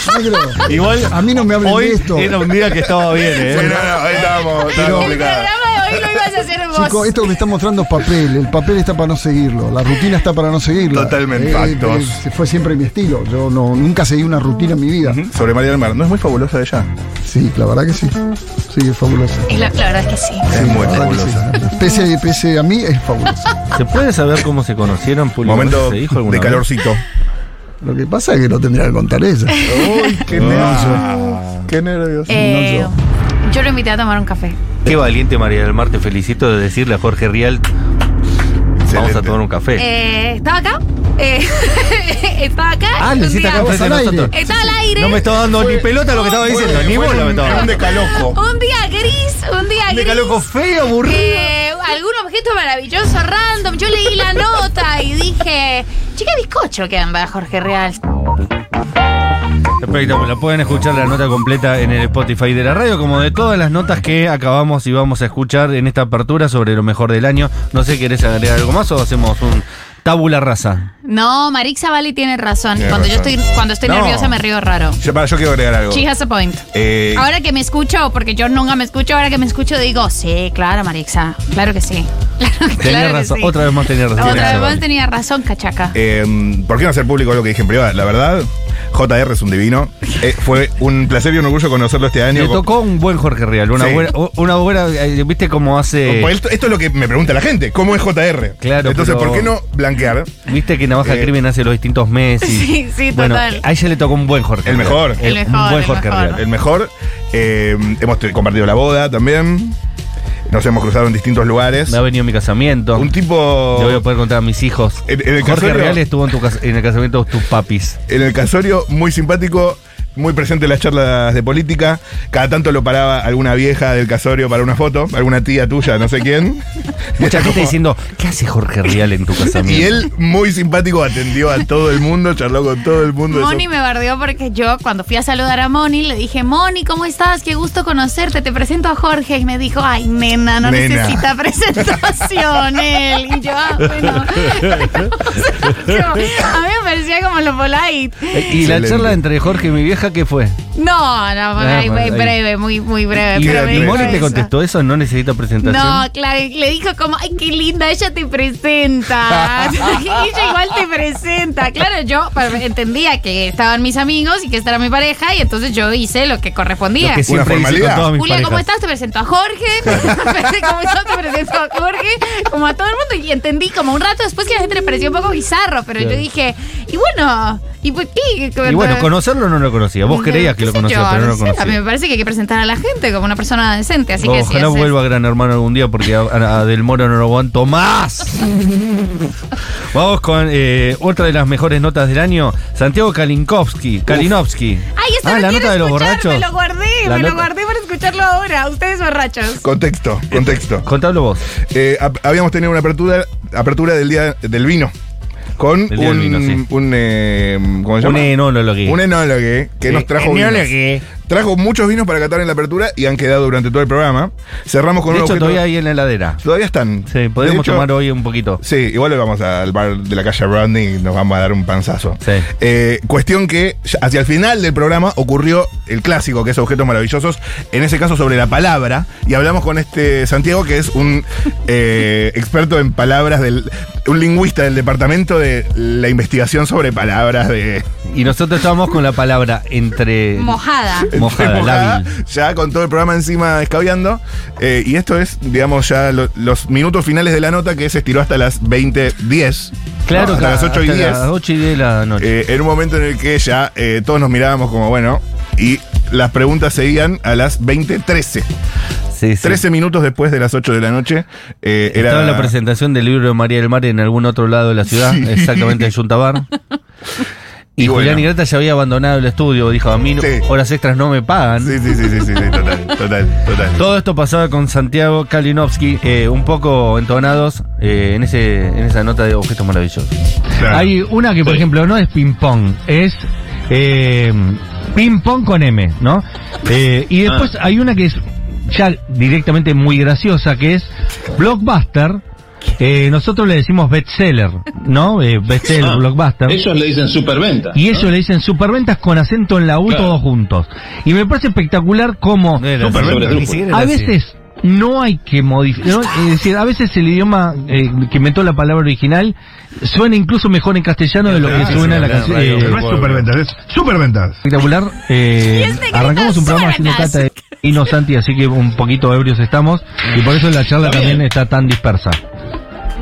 Speaker 13: No creo.
Speaker 5: Igual
Speaker 13: A mí no me hablen
Speaker 5: hoy
Speaker 13: de esto.
Speaker 5: era un día que estaba bien,
Speaker 7: Sí, no,
Speaker 5: ¿eh?
Speaker 7: no, ahí estábamos, estábamos
Speaker 13: Pero-
Speaker 3: El
Speaker 7: complicados.
Speaker 3: programa de hoy lo ibas a hacer vos.
Speaker 13: Chicos, esto que me está mostrando es papel. El papel está para no seguirlo. La rutina está para no seguirlo. Eh,
Speaker 7: Totalmente, factos.
Speaker 13: fue siempre mi estilo. Yo no, nunca seguí una rutina en mi vida.
Speaker 7: Sobre María del Mar, ¿no es muy fabulosa ella?
Speaker 13: Sí, la verdad que sí. Sí, es fabuloso.
Speaker 3: Y la, la verdad es que sí.
Speaker 7: Es muy
Speaker 13: La verdad que
Speaker 7: fabulosa.
Speaker 13: Ah, sí. Pese, pese a mí, es fabuloso.
Speaker 5: ¿Se puede saber cómo se conocieron? Pulio?
Speaker 7: Momento
Speaker 5: ¿Se dijo alguna
Speaker 7: de
Speaker 5: vez?
Speaker 7: calorcito.
Speaker 13: Lo que pasa es que lo tendría que contar ella. Ah.
Speaker 7: Uy, qué nervioso. Qué nervioso.
Speaker 3: Eh, yo lo invité a tomar un café.
Speaker 5: Qué valiente María del Mar, te felicito de decirle a Jorge Rial. Vamos a a tomar un café.
Speaker 3: Eh, estaba acá. eh, *laughs* estaba acá.
Speaker 5: Ah,
Speaker 3: y
Speaker 5: lo
Speaker 3: un
Speaker 5: hiciste
Speaker 3: día-
Speaker 5: acá
Speaker 3: Eh,
Speaker 5: enfrente de nosotros.
Speaker 3: Estaba al aire.
Speaker 5: No me estaba dando ni pelota lo que estaba diciendo, ni bola me estaba
Speaker 7: Un
Speaker 5: dando.
Speaker 7: decaloco.
Speaker 3: Un día gris, un día
Speaker 5: Un
Speaker 3: Oh, gris.
Speaker 5: decaloco feo, aburrido.
Speaker 3: Eh, algún objeto maravilloso random. Yo leí la nota y dije, chica bizcocho que anda Jorge Real.
Speaker 5: Perfecto, la pueden escuchar la nota completa en el Spotify de la radio, como de todas las notas que acabamos y vamos a escuchar en esta apertura sobre lo mejor del año. No sé, ¿querés agregar algo más o hacemos un tabula rasa?
Speaker 3: No, Marixa Vali tiene razón.
Speaker 7: Tiene
Speaker 3: cuando
Speaker 7: razón.
Speaker 3: yo estoy, cuando estoy
Speaker 7: No.
Speaker 3: nerviosa me río raro.
Speaker 7: Yo, para, yo quiero agregar algo.
Speaker 3: She has a point.
Speaker 7: Eh,
Speaker 3: Ahora que me escucho, porque yo nunca me escucho, ahora que me escucho digo, sí, claro, Marixa, claro que sí. *laughs* Claro,
Speaker 5: Tenía
Speaker 3: claro
Speaker 5: razón,
Speaker 3: que sí.
Speaker 5: otra vez más tenía razón.
Speaker 3: Otra vez vos tenía razón, cachaca.
Speaker 7: eh, ¿Por qué no hacer público lo que dije en privado? La verdad, JR es un divino. Eh, fue un placer y un orgullo conocerlo este año.
Speaker 5: Le tocó un buen Jorge Real, una
Speaker 7: Sí.
Speaker 5: buena, una buena, eh, viste cómo hace,
Speaker 7: Pues Esto, esto es lo que me pregunta la gente, ¿cómo es JR?
Speaker 5: Claro,
Speaker 7: Entonces,
Speaker 5: pero-
Speaker 7: ¿por qué no blanquear?
Speaker 5: viste que Navaja
Speaker 7: Eh.
Speaker 5: Crimen hace los distintos meses.
Speaker 3: *laughs* Sí, sí,
Speaker 5: bueno,
Speaker 3: total.
Speaker 5: a ella le tocó un buen Jorge.
Speaker 7: El
Speaker 5: Real.
Speaker 7: mejor.
Speaker 3: El
Speaker 5: Eh,
Speaker 3: mejor,
Speaker 5: Un buen
Speaker 3: el
Speaker 5: Jorge
Speaker 3: mejor.
Speaker 5: Real.
Speaker 7: El mejor. Eh, hemos te- compartido la boda también. Nos hemos cruzado en distintos lugares.
Speaker 5: Me ha venido mi casamiento.
Speaker 7: Un
Speaker 5: Le voy a
Speaker 7: tipo.
Speaker 5: poder contar a mis hijos.
Speaker 7: En- en el
Speaker 5: Jorge
Speaker 7: casorio-
Speaker 5: Real estuvo en, tu cas- en el casamiento de tus papis.
Speaker 7: En el casorio, muy simpático, muy presente en las charlas de política. Cada tanto lo paraba alguna vieja del casorio para una foto, alguna tía tuya, no sé quién. Y
Speaker 5: *laughs* Mucha
Speaker 7: era
Speaker 5: gente
Speaker 7: como-
Speaker 5: diciendo, ¿qué hace Jorge Real en tu
Speaker 7: *laughs*
Speaker 5: casamiento?
Speaker 7: Y él, muy simpático, atendió a todo el mundo, charló con todo el mundo.
Speaker 3: Moni
Speaker 7: Eso-
Speaker 3: me bardeó porque yo cuando fui a saludar a Moni le dije, Moni, ¿cómo estás? Qué gusto conocerte, te presento a Jorge. Y me dijo, ay, nena, no
Speaker 7: Nena.
Speaker 3: necesita presentación él. Y yo, ah, bueno. *laughs* a mí me parecía como lo polite.
Speaker 5: Eh, y la
Speaker 7: Excelente.
Speaker 5: charla entre Jorge y mi vieja, ¿qué fue?
Speaker 3: No, no,
Speaker 5: Ah,
Speaker 3: ahí- ahí
Speaker 5: ahí.
Speaker 3: breve, muy, muy breve.
Speaker 5: Y,
Speaker 3: Eh, pero
Speaker 7: la-
Speaker 3: me
Speaker 5: y
Speaker 3: dijo
Speaker 5: Moni te
Speaker 3: eso.
Speaker 5: contestó eso, no necesita presentación.
Speaker 3: No, claro, y le dijo como, ay, qué linda, ella
Speaker 5: *laughs*
Speaker 3: te presenta. *laughs* Y ella igual te presenta. Claro, yo pero, entendía que estaban mis amigos y que esta era mi pareja, y entonces yo hice lo que correspondía.
Speaker 5: Lo que siempre hice con
Speaker 7: formalidad.
Speaker 5: todas mis
Speaker 3: Julia, ¿cómo
Speaker 5: parejas.
Speaker 3: estás? Te presento a Jorge. *laughs* ¿Cómo estás? Te presento a Jorge. Como a todo el mundo. Y entendí como un rato después que a la gente le pareció un poco bizarro, pero yo
Speaker 5: Claro.
Speaker 3: dije, y bueno, ¿y por qué?
Speaker 5: Y bueno, conocerlo no lo conocía. Vos creías que
Speaker 3: Mm, ¿Qué
Speaker 5: lo
Speaker 3: sé
Speaker 5: conocías,
Speaker 3: yo?
Speaker 5: pero no lo
Speaker 3: No sé, A mí me
Speaker 5: conocías.
Speaker 3: parece que hay que presentar a la gente como una persona decente. Así que si
Speaker 5: Ojalá
Speaker 3: haces-
Speaker 5: vuelva a Gran Hermano algún día porque a, a- a Del Moro no lo aguanto
Speaker 3: *laughs*
Speaker 5: más. Vamos con eh, otra de las mejores notas del año. Santiago Kalinkovsky. Kalinowski.
Speaker 3: Ay, esto
Speaker 5: ah,
Speaker 3: no
Speaker 5: la
Speaker 3: quiero
Speaker 5: nota de los
Speaker 3: escuchar,
Speaker 5: borrachos.
Speaker 3: Me lo guardé,
Speaker 5: La
Speaker 3: me
Speaker 5: nota-
Speaker 3: lo guardé para escucharlo ahora. Ustedes borrachos.
Speaker 7: Contexto, contexto.
Speaker 5: Contalo vos.
Speaker 7: Eh, hab- habíamos tenido una apertura, apertura del día del vino. Con
Speaker 5: Del día del
Speaker 7: un,
Speaker 5: vino, sí.
Speaker 7: un, eh, ¿cómo se
Speaker 5: Un
Speaker 7: llama?
Speaker 5: enólogo. Eh,
Speaker 7: Un enólogo que nos trajo vinos.
Speaker 5: que.
Speaker 7: Trajo muchos vinos para catar en la apertura y han quedado durante todo el programa. Cerramos con
Speaker 5: De
Speaker 7: un
Speaker 5: hecho,
Speaker 7: objeto-
Speaker 5: todavía hay en la heladera.
Speaker 7: Todavía están.
Speaker 5: Sí, podemos
Speaker 7: De hecho,
Speaker 5: tomar hoy un poquito.
Speaker 7: Sí, igual vamos al bar de la calle Rodney y nos vamos a dar un panzazo.
Speaker 5: Sí.
Speaker 7: Eh, cuestión que ya hacia el final del programa ocurrió el clásico, que es Objetos Maravillosos, en ese caso sobre la palabra, y hablamos con este Santiago, que es un *laughs* eh, experto en palabras, del, un lingüista del departamento de la investigación sobre palabras de
Speaker 5: Y nosotros estábamos con la palabra entre.
Speaker 3: Mojada.
Speaker 5: Mojada,
Speaker 7: mojada,
Speaker 5: lábil.
Speaker 7: ya con todo el programa encima escabeando. Eh, y esto es, digamos, ya lo- los minutos finales de la nota que se estiró hasta las 20.10.
Speaker 5: Claro,
Speaker 7: hasta las 8 y 10.
Speaker 5: A las 8 y 10 de la noche.
Speaker 7: Eh, en un momento en el que ya eh, todos nos mirábamos como bueno y las preguntas seguían a las 20.13.
Speaker 5: sí, sí.
Speaker 7: 13 minutos después de las 8 de la noche. eh,
Speaker 5: Estaba
Speaker 7: era
Speaker 5: en la presentación del libro de María del Mar en algún otro lado de la ciudad,
Speaker 7: Sí.
Speaker 5: exactamente en Yuntabar. Y,
Speaker 7: *laughs* Y bueno.
Speaker 5: Julián Igrata ya había abandonado el estudio, dijo, a mí no-
Speaker 7: Sí.
Speaker 5: horas extras no me pagan.
Speaker 7: Sí, sí, sí, sí, sí, sí, total, total, total.
Speaker 5: Todo esto pasaba con Santiago Kalinowski, eh, un poco entonados eh, en, ese, en esa nota de objetos maravillosos.
Speaker 7: Claro.
Speaker 5: Hay una que, por ejemplo, no es ping-pong, es eh, ping-pong con M, ¿no? Eh, y
Speaker 14: Ah.
Speaker 5: después hay una que es ya directamente muy graciosa, que es blockbuster. Eh, nosotros le decimos bestseller, ¿no? Eh, bestseller, blockbuster.
Speaker 14: Ah, Ellos le dicen superventa.
Speaker 5: Y ellos le dicen superventas con acento en la U
Speaker 14: Claro.
Speaker 5: todos juntos. Y me parece espectacular cómo
Speaker 14: Superventas. ni siquiera
Speaker 5: a veces no hay que modificar. es decir, a veces el idioma eh, que inventó la palabra original suena incluso mejor en castellano de lo que
Speaker 14: Sí,
Speaker 5: suena
Speaker 14: sí,
Speaker 5: la
Speaker 14: claro,
Speaker 5: canción.
Speaker 14: radio,
Speaker 5: eh,
Speaker 14: pero
Speaker 6: No es superventas, es superventas.
Speaker 5: espectacular.
Speaker 3: Y
Speaker 5: eh,
Speaker 3: este grita
Speaker 5: arrancamos un programa haciendo
Speaker 3: suenas.
Speaker 5: cata de Hino Santi, así que un poquito ebrios estamos. Y por eso la charla
Speaker 14: Está
Speaker 5: también
Speaker 14: bien.
Speaker 5: está tan dispersa.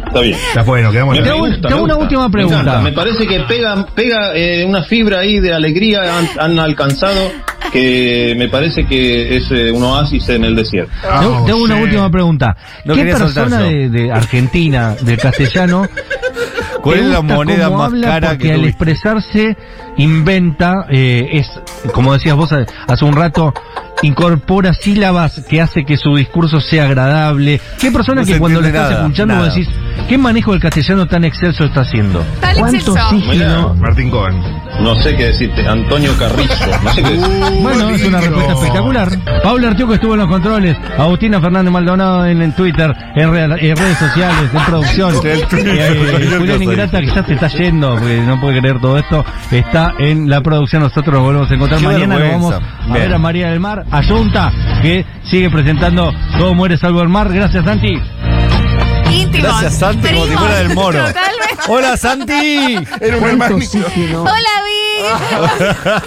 Speaker 14: Está bien.
Speaker 6: Ya fue, nos quedamos en
Speaker 14: Me
Speaker 6: la-
Speaker 5: hago-
Speaker 14: gusta,
Speaker 5: te hago
Speaker 14: me
Speaker 5: una
Speaker 14: gusta.
Speaker 5: última
Speaker 14: Me
Speaker 5: pregunta.
Speaker 14: encanta. Me, parece que pega, pega eh, una fibra ahí de alegría han, han alcanzado que me parece que es eh, un oasis en el desierto.
Speaker 5: Tengo,
Speaker 6: Vamos,
Speaker 5: tengo una
Speaker 6: sí.
Speaker 5: última pregunta.
Speaker 8: No
Speaker 5: ¿Qué
Speaker 8: quería
Speaker 5: persona
Speaker 8: soltarlo.
Speaker 5: de, de Argentina, del castellano, ¿Cuál es la moneda más cara
Speaker 15: porque
Speaker 5: que
Speaker 15: al
Speaker 5: tuviste?
Speaker 15: expresarse inventa, eh, es como decías vos hace- hace un rato, incorpora sílabas que hace que su discurso sea agradable. Qué persona
Speaker 5: No
Speaker 15: que
Speaker 5: se
Speaker 15: cuando lo
Speaker 5: entiende
Speaker 15: estás
Speaker 5: nada,
Speaker 15: escuchando vos
Speaker 5: nada.
Speaker 15: decís, qué manejo del castellano tan excelso está haciendo.
Speaker 3: Tan
Speaker 15: ¿Cuánto
Speaker 3: excelso.
Speaker 15: sigilo?
Speaker 7: Martín Cohen.
Speaker 14: No sé qué decirte, Antonio Carrizo. No sé qué decirte.
Speaker 15: Bueno, es una respuesta espectacular. Paula Artiuco estuvo en los controles. Agustina Fernández Maldonado en, en Twitter, en, re- en redes sociales, en producción.
Speaker 5: *laughs*
Speaker 7: El Twitter,
Speaker 15: Eh,
Speaker 7: yo
Speaker 15: Julián
Speaker 7: soy.
Speaker 15: Ingrata quizás se está yendo, porque no puede creer todo esto. Está en la producción. Nosotros nos volvemos a encontrar
Speaker 5: Qué
Speaker 15: mañana. Nos vamos
Speaker 5: vergüenza.
Speaker 15: a
Speaker 5: Bien.
Speaker 15: ver a María del Mar, a Junta, que sigue presentando Todo muere salvo el mar. Gracias, Santi.
Speaker 3: Íntimos.
Speaker 5: Gracias, Santi, como si
Speaker 3: primos,
Speaker 5: fuera del moro.
Speaker 3: totalmente.
Speaker 5: ¡Hola,
Speaker 3: *laughs*
Speaker 5: Santi!
Speaker 7: Era un hermano.
Speaker 5: Ah,
Speaker 3: Hola,
Speaker 5: *laughs*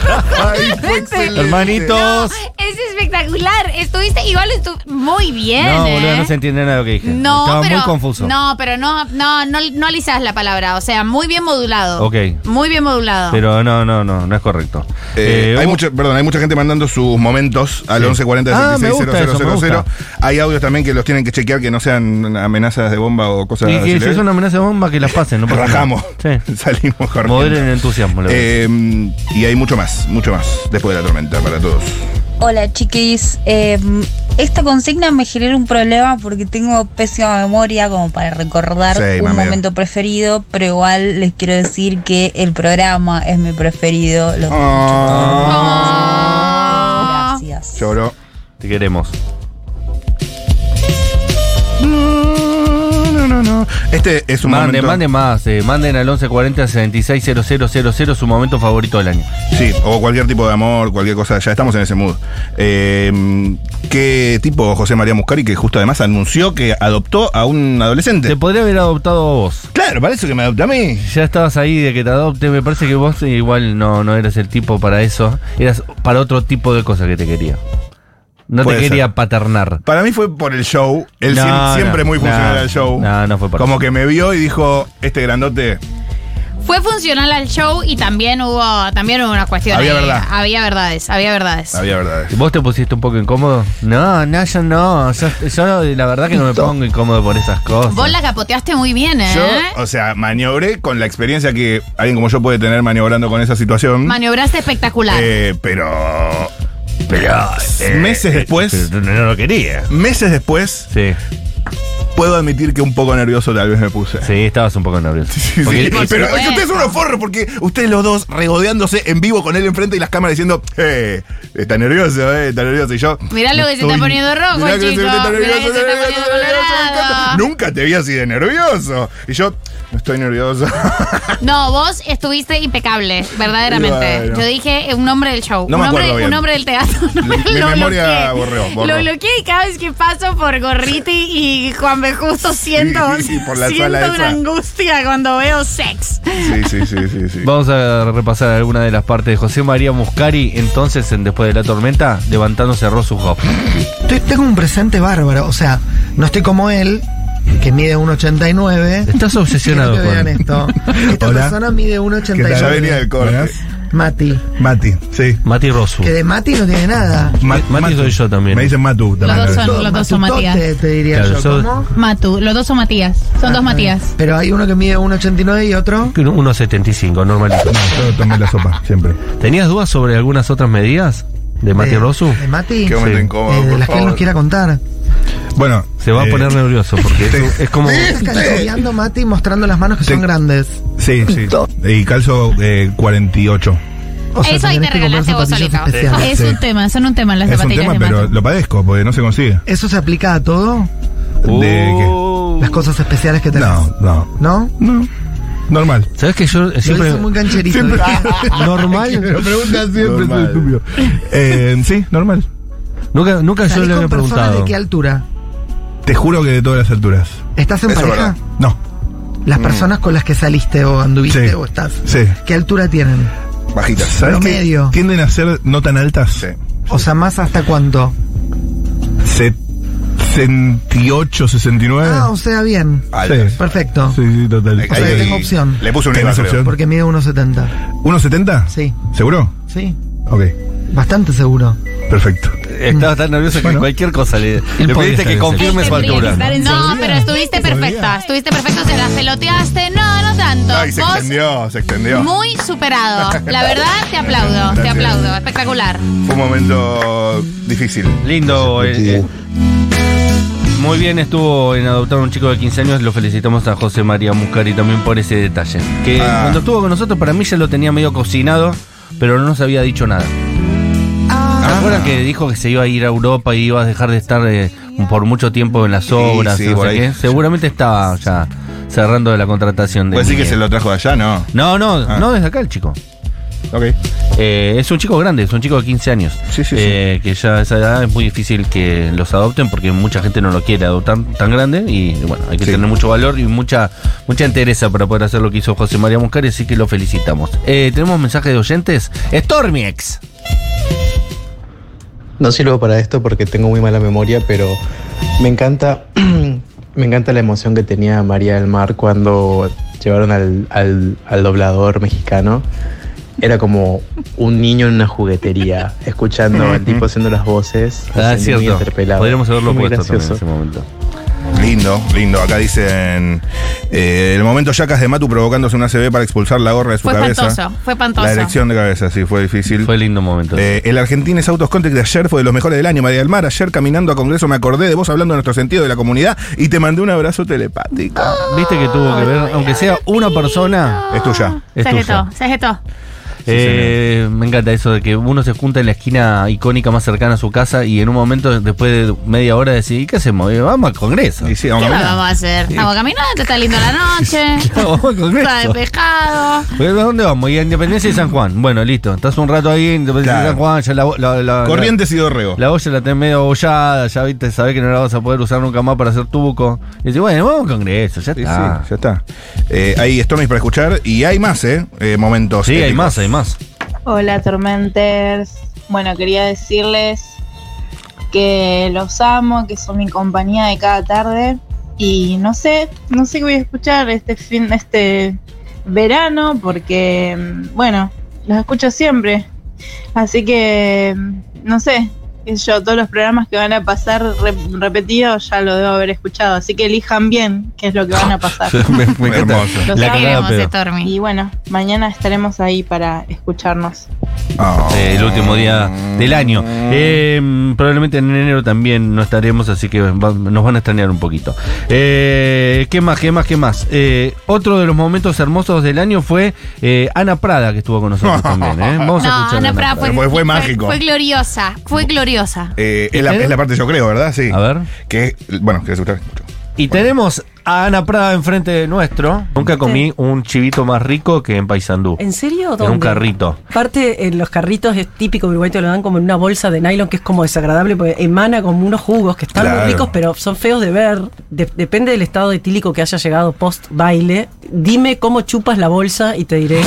Speaker 3: Vic.
Speaker 5: Hermanitos.
Speaker 3: Es espectacular. Estuviste igual, estu muy bien.
Speaker 5: No,
Speaker 3: ¿eh?
Speaker 5: boludo, no se entiende nada de lo que dije.
Speaker 3: No,
Speaker 5: Estaba
Speaker 3: pero,
Speaker 5: muy confuso.
Speaker 3: No, pero no, no, no, no alisás la palabra. O sea, muy bien modulado.
Speaker 5: Ok.
Speaker 3: Muy bien modulado.
Speaker 5: Pero no, no, no, no es correcto.
Speaker 7: Eh,
Speaker 5: Eh,
Speaker 7: hay
Speaker 5: hubo-
Speaker 7: mucho, perdón, hay mucha gente mandando sus momentos al
Speaker 5: Sí.
Speaker 7: 1140
Speaker 5: Ah, me gusta eso, me
Speaker 7: 660000.
Speaker 5: gusta.
Speaker 7: Hay audios también que los tienen que chequear que no sean amenazas de bomba o cosas
Speaker 5: Y que
Speaker 7: así.
Speaker 5: si es una amenaza de bomba,
Speaker 7: *laughs*
Speaker 5: que las pasen, no pasa nada.
Speaker 7: Rajamos.
Speaker 5: Sí.
Speaker 7: *laughs* Salimos corriendo.
Speaker 5: Moderen el entusiasmo. la verdad.
Speaker 7: Eh, y hay mucho más, mucho más después de la tormenta para todos.
Speaker 16: Hola chiquis, Eh, esta consigna me genera un problema porque tengo pésima memoria como para recordar
Speaker 7: Sí,
Speaker 16: un
Speaker 7: mami.
Speaker 16: momento preferido, pero igual les quiero decir que el programa es mi preferido. Lo Ah.
Speaker 7: Ah.
Speaker 16: Gracias.
Speaker 7: Lloro.
Speaker 5: Te queremos.
Speaker 7: No, no, no, no. Este es un
Speaker 5: Manden,
Speaker 7: momento.
Speaker 5: manden más. eh, manden al 1140 660000 su momento favorito del año.
Speaker 7: Sí, o cualquier tipo de amor, cualquier cosa, ya estamos en ese mood. Eh, ¿Qué tipo José María Muscari, que justo además anunció que adoptó a un
Speaker 5: Te
Speaker 7: adolescente?
Speaker 5: podría haber adoptado vos.
Speaker 7: Claro, parece que me adopta a mí.
Speaker 5: Ya estabas ahí de que te adopte. Me parece que vos igual no, no eras el tipo para eso. Eras para otro tipo de cosa que te quería. No
Speaker 7: Puede
Speaker 5: te
Speaker 7: ser.
Speaker 5: quería paternar.
Speaker 7: Para mí fue por el show. Él
Speaker 5: No,
Speaker 7: siem-
Speaker 5: no,
Speaker 7: siempre muy
Speaker 5: no,
Speaker 7: funcional al show.
Speaker 5: no, no fue por
Speaker 7: Como
Speaker 5: eso.
Speaker 7: que me vio y dijo, este grandote.
Speaker 3: Fue funcional al show y también hubo, también hubo una cuestión.
Speaker 7: Había
Speaker 3: ahí.
Speaker 7: verdad.
Speaker 3: Había verdades, había verdades.
Speaker 7: Había verdad.
Speaker 5: ¿Vos te pusiste un poco incómodo? No, no, yo no. Yo, yo la verdad que no me pongo incómodo por esas cosas.
Speaker 3: Vos la capoteaste muy bien, ¿eh?
Speaker 7: Yo, mm, o sea, maniobré con la experiencia que alguien como yo puede tener maniobrando con esa situación.
Speaker 3: Maniobraste espectacular.
Speaker 7: Eh, pero. Pero. meses después.
Speaker 5: Pero no lo quería.
Speaker 7: Meses después,
Speaker 5: Sí,
Speaker 7: puedo admitir que un poco nervioso tal vez me puse.
Speaker 5: sí, estabas un poco nervioso.
Speaker 7: *laughs*
Speaker 5: eh,
Speaker 7: Sí,
Speaker 5: Porque-
Speaker 7: sí, pero es
Speaker 3: supuesto.
Speaker 7: que ustedes son unos forros porque ustedes los dos regodeándose en vivo con él enfrente y las cámaras diciendo, eh, está nervioso, eh, está nervioso. Y yo.
Speaker 3: Mirá lo que se está poniendo rojo,
Speaker 7: mirá que
Speaker 3: chico,
Speaker 7: se- está
Speaker 3: mirá que se
Speaker 7: nervioso,
Speaker 3: está
Speaker 7: nervioso,
Speaker 3: poniendo
Speaker 7: nervioso, me
Speaker 3: colorado.
Speaker 7: encanta. Nunca te vi así de nervioso. Y yo, no estoy nervioso.
Speaker 3: *laughs* No, vos estuviste impecable, verdaderamente.
Speaker 7: Bueno.
Speaker 3: Yo dije eh, un nombre del show,
Speaker 7: No
Speaker 3: un,
Speaker 7: me
Speaker 3: nombre,
Speaker 7: acuerdo bien.
Speaker 3: un nombre del teatro. *laughs*
Speaker 7: *laughs*
Speaker 3: No
Speaker 7: Mi- mi memoria borreó, borró.
Speaker 3: Lo bloqueé y cada vez que paso por Gorriti y Juan B. Justo siento,
Speaker 7: *laughs* y por la
Speaker 3: siento
Speaker 7: sala esa.
Speaker 3: una angustia cuando veo sex.
Speaker 7: sí, sí, sí, sí, sí.
Speaker 5: Vamos a repasar alguna de las partes de José María Muscari, entonces en Después de la Tormenta, levantándose Rosu Hop.
Speaker 17: Estoy- tengo un presente bárbaro, o sea, no estoy como él, que mide 1,89.
Speaker 5: Estás obsesionado
Speaker 17: Quiero que vean
Speaker 5: con...
Speaker 17: esto. Esta
Speaker 2: Hola.
Speaker 17: persona mide
Speaker 2: ¿Qué tal?
Speaker 7: Ya venía
Speaker 17: 1,89.
Speaker 7: del corte.
Speaker 17: Mati.
Speaker 2: Mati, sí.
Speaker 5: Mati Rosu.
Speaker 17: Que de Mati no tiene nada.
Speaker 2: Ma-
Speaker 5: Mati soy yo también.
Speaker 2: Me dicen Matu también.
Speaker 3: dos son- los dos son
Speaker 17: Matutote,
Speaker 3: Matías.
Speaker 17: Te diría
Speaker 5: Claro,
Speaker 17: yo.
Speaker 5: sos-
Speaker 17: ¿Cómo?
Speaker 3: Matu, los dos son Matías, son
Speaker 7: Ah,
Speaker 3: dos Matías.
Speaker 17: Pero hay uno que mide 1,89 y otro.
Speaker 5: 1.75, normalito.
Speaker 2: No, yo tomé la sopa, siempre.
Speaker 5: ¿Tenías dudas sobre algunas otras medidas de Mati
Speaker 4: Eh,
Speaker 17: de-
Speaker 5: Rosu?
Speaker 17: De eh, Mati.
Speaker 7: Qué momento
Speaker 5: Sí.
Speaker 7: incómodo.
Speaker 17: Eh, de
Speaker 7: por
Speaker 17: las que él
Speaker 7: favor.
Speaker 17: nos quiera contar.
Speaker 2: Bueno.
Speaker 5: Se va a
Speaker 2: eh,
Speaker 5: poner nervioso porque es, un- es como...
Speaker 17: Escaneando Mati mostrando las manos que son
Speaker 2: Te-
Speaker 17: grandes.
Speaker 2: Sí, sí. Y calzo eh, 48.
Speaker 17: O sea,
Speaker 3: Eso ahí
Speaker 17: tendrías que
Speaker 3: te
Speaker 17: comprar
Speaker 3: regalaste vos
Speaker 17: zapatillas
Speaker 3: solito.
Speaker 17: especiales.
Speaker 3: Es un tema, son un tema las
Speaker 2: Es un
Speaker 3: zapatillas
Speaker 2: tema,
Speaker 3: de
Speaker 2: pero
Speaker 3: Matu.
Speaker 2: lo padezco porque no se consigue.
Speaker 17: ¿Eso se aplica a todo?
Speaker 2: ¿De qué?
Speaker 5: Oh.
Speaker 17: Las cosas especiales que tenés.
Speaker 2: No, no.
Speaker 17: ¿No?
Speaker 2: No. Normal.
Speaker 5: ¿Sabes que yo eh,
Speaker 17: Lo
Speaker 5: siempre...
Speaker 17: hizo muy
Speaker 2: *laughs*
Speaker 17: cancherito.
Speaker 2: Lo
Speaker 5: ¿Normal?
Speaker 2: preguntan siempre,
Speaker 7: Normal.
Speaker 2: soy estúpido. Eh, sí, normal.
Speaker 5: Nunca, nunca yo
Speaker 17: ¿Salís
Speaker 5: le había
Speaker 17: con personas
Speaker 5: preguntado.
Speaker 17: de qué altura?
Speaker 2: Te juro que de todas las alturas.
Speaker 17: ¿Estás en
Speaker 7: Eso es
Speaker 17: pareja?
Speaker 7: verdad.
Speaker 2: No.
Speaker 17: Las personas con las que saliste o anduviste
Speaker 2: Sí.
Speaker 17: o estás.
Speaker 2: Sí.
Speaker 17: ¿Qué altura tienen?
Speaker 7: Bajitas.
Speaker 2: ¿Sabes qué?
Speaker 17: Promedio.
Speaker 2: Tienden a ser no tan altas.
Speaker 17: O sea, más hasta cuánto.
Speaker 2: Se- 68, 69.
Speaker 17: Ah, o sea, bien.
Speaker 7: Altas.
Speaker 2: Sí.
Speaker 17: Perfecto.
Speaker 2: Sí, sí, total.
Speaker 7: Ahí-
Speaker 17: O sea,
Speaker 7: ahí-
Speaker 17: tengo opción.
Speaker 7: Le puse un IVA,
Speaker 2: ¿Tenés
Speaker 7: creo.
Speaker 2: opción?
Speaker 17: Porque mide 1,70.
Speaker 2: ¿1.70?
Speaker 17: Sí,
Speaker 2: ¿Seguro?
Speaker 17: sí.
Speaker 2: Ok,
Speaker 17: Bastante seguro.
Speaker 2: perfecto.
Speaker 5: Estaba tan nervioso que cualquier cosa le, le
Speaker 8: podía
Speaker 5: pediste
Speaker 8: estar
Speaker 5: que
Speaker 8: en
Speaker 5: confirme su
Speaker 3: Tendría que
Speaker 5: altura.
Speaker 3: estar en No, pero estuviste perfecta, estuviste perfecta, se las peloteaste. No, no, no, tanto.
Speaker 7: Ay, se
Speaker 3: Vos,
Speaker 7: extendió, se extendió.
Speaker 3: Muy superado. La verdad, te aplaudo, te
Speaker 7: Gracias.
Speaker 3: aplaudo. Espectacular.
Speaker 7: Fue un momento difícil.
Speaker 5: Lindo. eh, eh. Muy bien estuvo en adoptar un chico de 15 años. Lo felicitamos a José María Muscari también por ese detalle. Que
Speaker 7: Ah.
Speaker 5: cuando estuvo con nosotros, para mí ya lo tenía medio cocinado, pero no nos había dicho nada. ¿Te acuerdas que dijo que se iba a ir a Europa y iba a dejar de estar eh, por mucho tiempo en las obras?
Speaker 7: sí,
Speaker 5: no sé
Speaker 7: por ahí.
Speaker 5: qué? Seguramente estaba ya cerrando de la contratación de.
Speaker 7: Puede decir que se
Speaker 5: Miguel.
Speaker 7: lo trajo de allá, ¿no?
Speaker 5: No, no,
Speaker 7: Ah.
Speaker 5: no desde acá el chico.
Speaker 7: Ok.
Speaker 5: Eh, es un chico grande, es un chico de 15 años. Eh, Que ya a esa edad es muy difícil que los adopten porque mucha gente no lo quiere adoptar tan grande. Y bueno, hay que tener mucho valor y mucha mucha entereza para poder hacer lo que hizo José María Muscari, así que lo felicitamos. Eh, Tenemos mensaje de oyentes. Stormiex.
Speaker 18: Ah, No sirvo para esto porque tengo muy mala memoria, pero me encanta, *clears throat* me encanta la emoción que tenía María del Mar cuando llevaron al, al- al doblador mexicano. Era como un niño en una juguetería, escuchando al tipo haciendo las voces.
Speaker 5: Ah,
Speaker 18: me
Speaker 5: es
Speaker 18: sentí muy
Speaker 5: cierto.
Speaker 18: interpelado.
Speaker 5: Podríamos haberlo
Speaker 18: Fue muy
Speaker 5: puesto también en
Speaker 18: gracioso.
Speaker 5: ese momento.
Speaker 7: Lindo, lindo. Acá dicen eh, el momento yacas de Matu provocándose una CB para expulsar la gorra de su
Speaker 3: Fue
Speaker 7: cabeza.
Speaker 3: espantoso, fue espantoso.
Speaker 7: La elección de cabeza, sí, fue difícil. Fue
Speaker 5: lindo momento.
Speaker 7: el Argentines Autos Contact de ayer fue de los mejores del año, María del Mar. Ayer caminando a Congreso me acordé de vos hablando de nuestro sentido de la comunidad y te mandé un abrazo telepático.
Speaker 3: Ah.
Speaker 5: Viste que tuvo que ver, aunque sea una persona.
Speaker 7: Es tuya.
Speaker 5: Es
Speaker 3: se
Speaker 5: tuya.
Speaker 3: agitó, se agitó.
Speaker 5: Eh, me encanta eso de que uno se junta en la esquina icónica más cercana a su casa y en un momento, después de media hora, decís, ¿y qué hacemos? Eh, Vamos al Congreso. *laughs*
Speaker 3: ¿Qué más vamos a hacer? Estamos caminando, está lindo la
Speaker 7: *laughs*
Speaker 3: noche.
Speaker 5: Vamos al Congreso.
Speaker 3: Está despejado.
Speaker 5: Bueno, ¿A dónde vamos? Y a Independencia y San Juan. Bueno, listo. Estás un rato ahí, en Independencia
Speaker 7: Claro.
Speaker 5: y San Juan, ya la, la- la-
Speaker 7: Corrientes y Dorrego.
Speaker 5: La, la olla la tenés medio abollada, ya viste, sabés que no la vas a poder usar nunca más para hacer tubuco. Y decís, bueno, vamos al Congreso, ya
Speaker 7: Sí,
Speaker 5: está.
Speaker 7: ya está. Eh, hay Stormies para escuchar y hay más, ¿eh? Eh, momentos.
Speaker 5: Sí,
Speaker 7: *laughs*
Speaker 5: hay más, hay más.
Speaker 9: Hola Tormenters. Bueno, quería decirles que los amo, que son mi compañía de cada tarde y no sé, no sé qué voy a escuchar este fin este verano porque mm, bueno, los escucho siempre. Así que mm, no sé, qué sé yo todos los programas que van a pasar re- repetidos ya lo debo haber escuchado, así que elijan bien qué es lo que van a pasar.
Speaker 5: me, me encanta.
Speaker 9: Los
Speaker 5: La
Speaker 9: amo.
Speaker 5: cagada de pedo.
Speaker 9: Y bueno, mañana estaremos ahí para escucharnos.
Speaker 5: *laughs* Eh, el último día del año.
Speaker 7: Mm.
Speaker 5: Eh, probablemente en enero también no estaremos, así que va- nos van a extrañar un poquito. Eh, ¿Qué más? ¿Qué más? ¿Qué más? Eh, otro de los momentos hermosos del año fue eh, Ana Prada, que estuvo con nosotros también. ¿eh? Vamos a
Speaker 3: No,
Speaker 5: escuchar. a
Speaker 3: Ana Prada fue,
Speaker 7: Fue- fue mágico.
Speaker 3: Fue gloriosa,
Speaker 7: *laughs*
Speaker 3: fue gloriosa. *laughs*
Speaker 7: Eh, es, la, es la parte yo creo, ¿verdad? Sí. A
Speaker 5: ver.
Speaker 7: Que, bueno, que escuchar.
Speaker 5: Y tenemos a Ana Prada enfrente de nuestro. Nunca comí un chivito más rico que en Paysandú.
Speaker 1: ¿En serio?
Speaker 5: En
Speaker 1: ¿Dónde?
Speaker 5: un carrito.
Speaker 1: Aparte, en los carritos es típico uruguayo, te lo dan como en una bolsa de nylon que es como desagradable porque emana como unos jugos que están
Speaker 19: Claro.
Speaker 1: muy ricos, pero son feos de ver. De- depende del estado etílico que haya llegado post baile. Dime cómo chupas la bolsa y te diré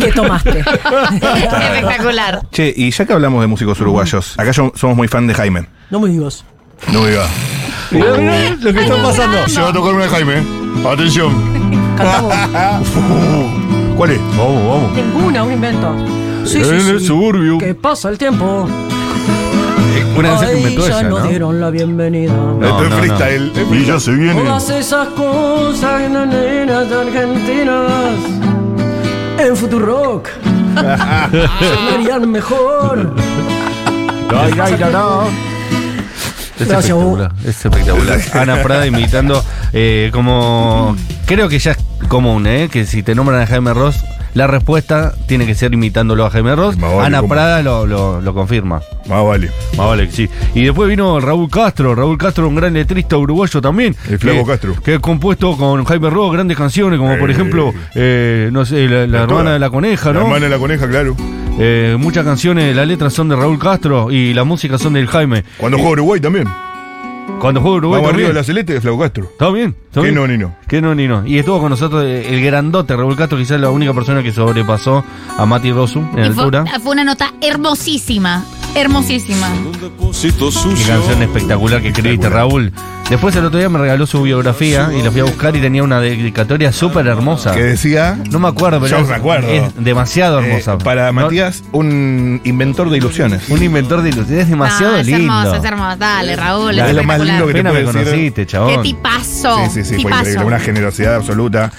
Speaker 1: qué tomaste.
Speaker 3: Espectacular.
Speaker 7: Che, y ya que hablamos de
Speaker 1: Mm.
Speaker 7: músicos uruguayos, acá yo- somos muy fan de Jaime.
Speaker 1: No me digas.
Speaker 7: No Uh. diga.
Speaker 6: Mirá, mirá lo que está pasando.
Speaker 7: Se va a tocar una de Jaime.
Speaker 1: *laughs*
Speaker 7: Atención. *laughs* Uh. ¿Cuál es?
Speaker 5: Vamos, vamos.
Speaker 1: Ninguna, un invento. Sí, sí,
Speaker 6: En
Speaker 1: sí.
Speaker 6: el suburbio.
Speaker 1: ¿Qué pasa el tiempo?
Speaker 5: Una
Speaker 6: canción que
Speaker 1: Ahí
Speaker 6: inventó
Speaker 1: ya
Speaker 6: ella,
Speaker 1: nos
Speaker 6: ¿no?
Speaker 1: dieron la bienvenida.
Speaker 6: Esto es freestyle. Y ya se viene.
Speaker 1: Todas esas cosas nenas argentinas en Futurock sonarían mejor.
Speaker 5: Ay, ay, no, no. Es
Speaker 1: Gracias,
Speaker 5: espectacular. Es espectacular. Ana Prada imitando eh, como. Creo que ya es común, ¿eh? Que si te nombran a Jaime Ross, la respuesta tiene que ser imitándolo a Jaime Ross.
Speaker 7: vale,
Speaker 5: Ana
Speaker 7: como-
Speaker 5: Prada lo, lo- lo confirma.
Speaker 7: Más Ah, vale.
Speaker 5: Más vale que sí. Y después vino Raúl Castro. Raúl Castro, un gran letrista uruguayo también.
Speaker 7: El Flaco
Speaker 5: que-
Speaker 7: Castro.
Speaker 5: Que ha compuesto con Jaime Ross grandes canciones, como por
Speaker 7: Eh,
Speaker 5: ejemplo, eh, no sé, La, la
Speaker 7: Todas.
Speaker 5: hermana de la coneja, ¿no?
Speaker 7: La hermana de la coneja, claro.
Speaker 5: Eh, muchas canciones, las letras son de Raúl Castro y las músicas son del Jaime.
Speaker 7: Cuando
Speaker 5: Y-
Speaker 7: juega Uruguay también.
Speaker 5: Cuando juega Uruguay
Speaker 7: Vamos arriba
Speaker 5: también.
Speaker 7: de la celeste de Flau Castro.
Speaker 5: ¿Está bien? ¿Está
Speaker 7: Qué
Speaker 5: bien?
Speaker 7: no, ni no.
Speaker 5: Qué no, ni no. Y estuvo con nosotros eh, el grandote Raúl Castro, quizás la única persona que sobrepasó a Mati Rosu en
Speaker 3: Y fue,
Speaker 5: altura.
Speaker 3: fue una nota hermosísima, hermosísima.
Speaker 5: Qué canción espectacular que escribiste, Raúl. Después el otro día me regaló su biografía y la fui a buscar y tenía una dedicatoria súper hermosa.
Speaker 7: Que decía.
Speaker 5: Ah. No me acuerdo,
Speaker 7: Yo
Speaker 5: pero es-
Speaker 7: me acuerdo.
Speaker 5: es demasiado
Speaker 7: Eh,
Speaker 5: hermosa.
Speaker 7: para
Speaker 5: No-
Speaker 7: Matías, un inventor de ilusiones.
Speaker 5: Un inventor de ilusiones. Es demasiado
Speaker 3: No, es
Speaker 5: lindo.
Speaker 3: hermoso, es hermoso. Dale, Raúl.
Speaker 7: Es lo más
Speaker 3: espectacular.
Speaker 7: lindo que te
Speaker 5: Apenas
Speaker 7: puede
Speaker 5: me
Speaker 7: decir.
Speaker 5: conociste, chabón.
Speaker 3: Qué tipazo.
Speaker 7: Sí, sí, sí, fue
Speaker 3: tipazo.
Speaker 7: increíble. Una generosidad absoluta.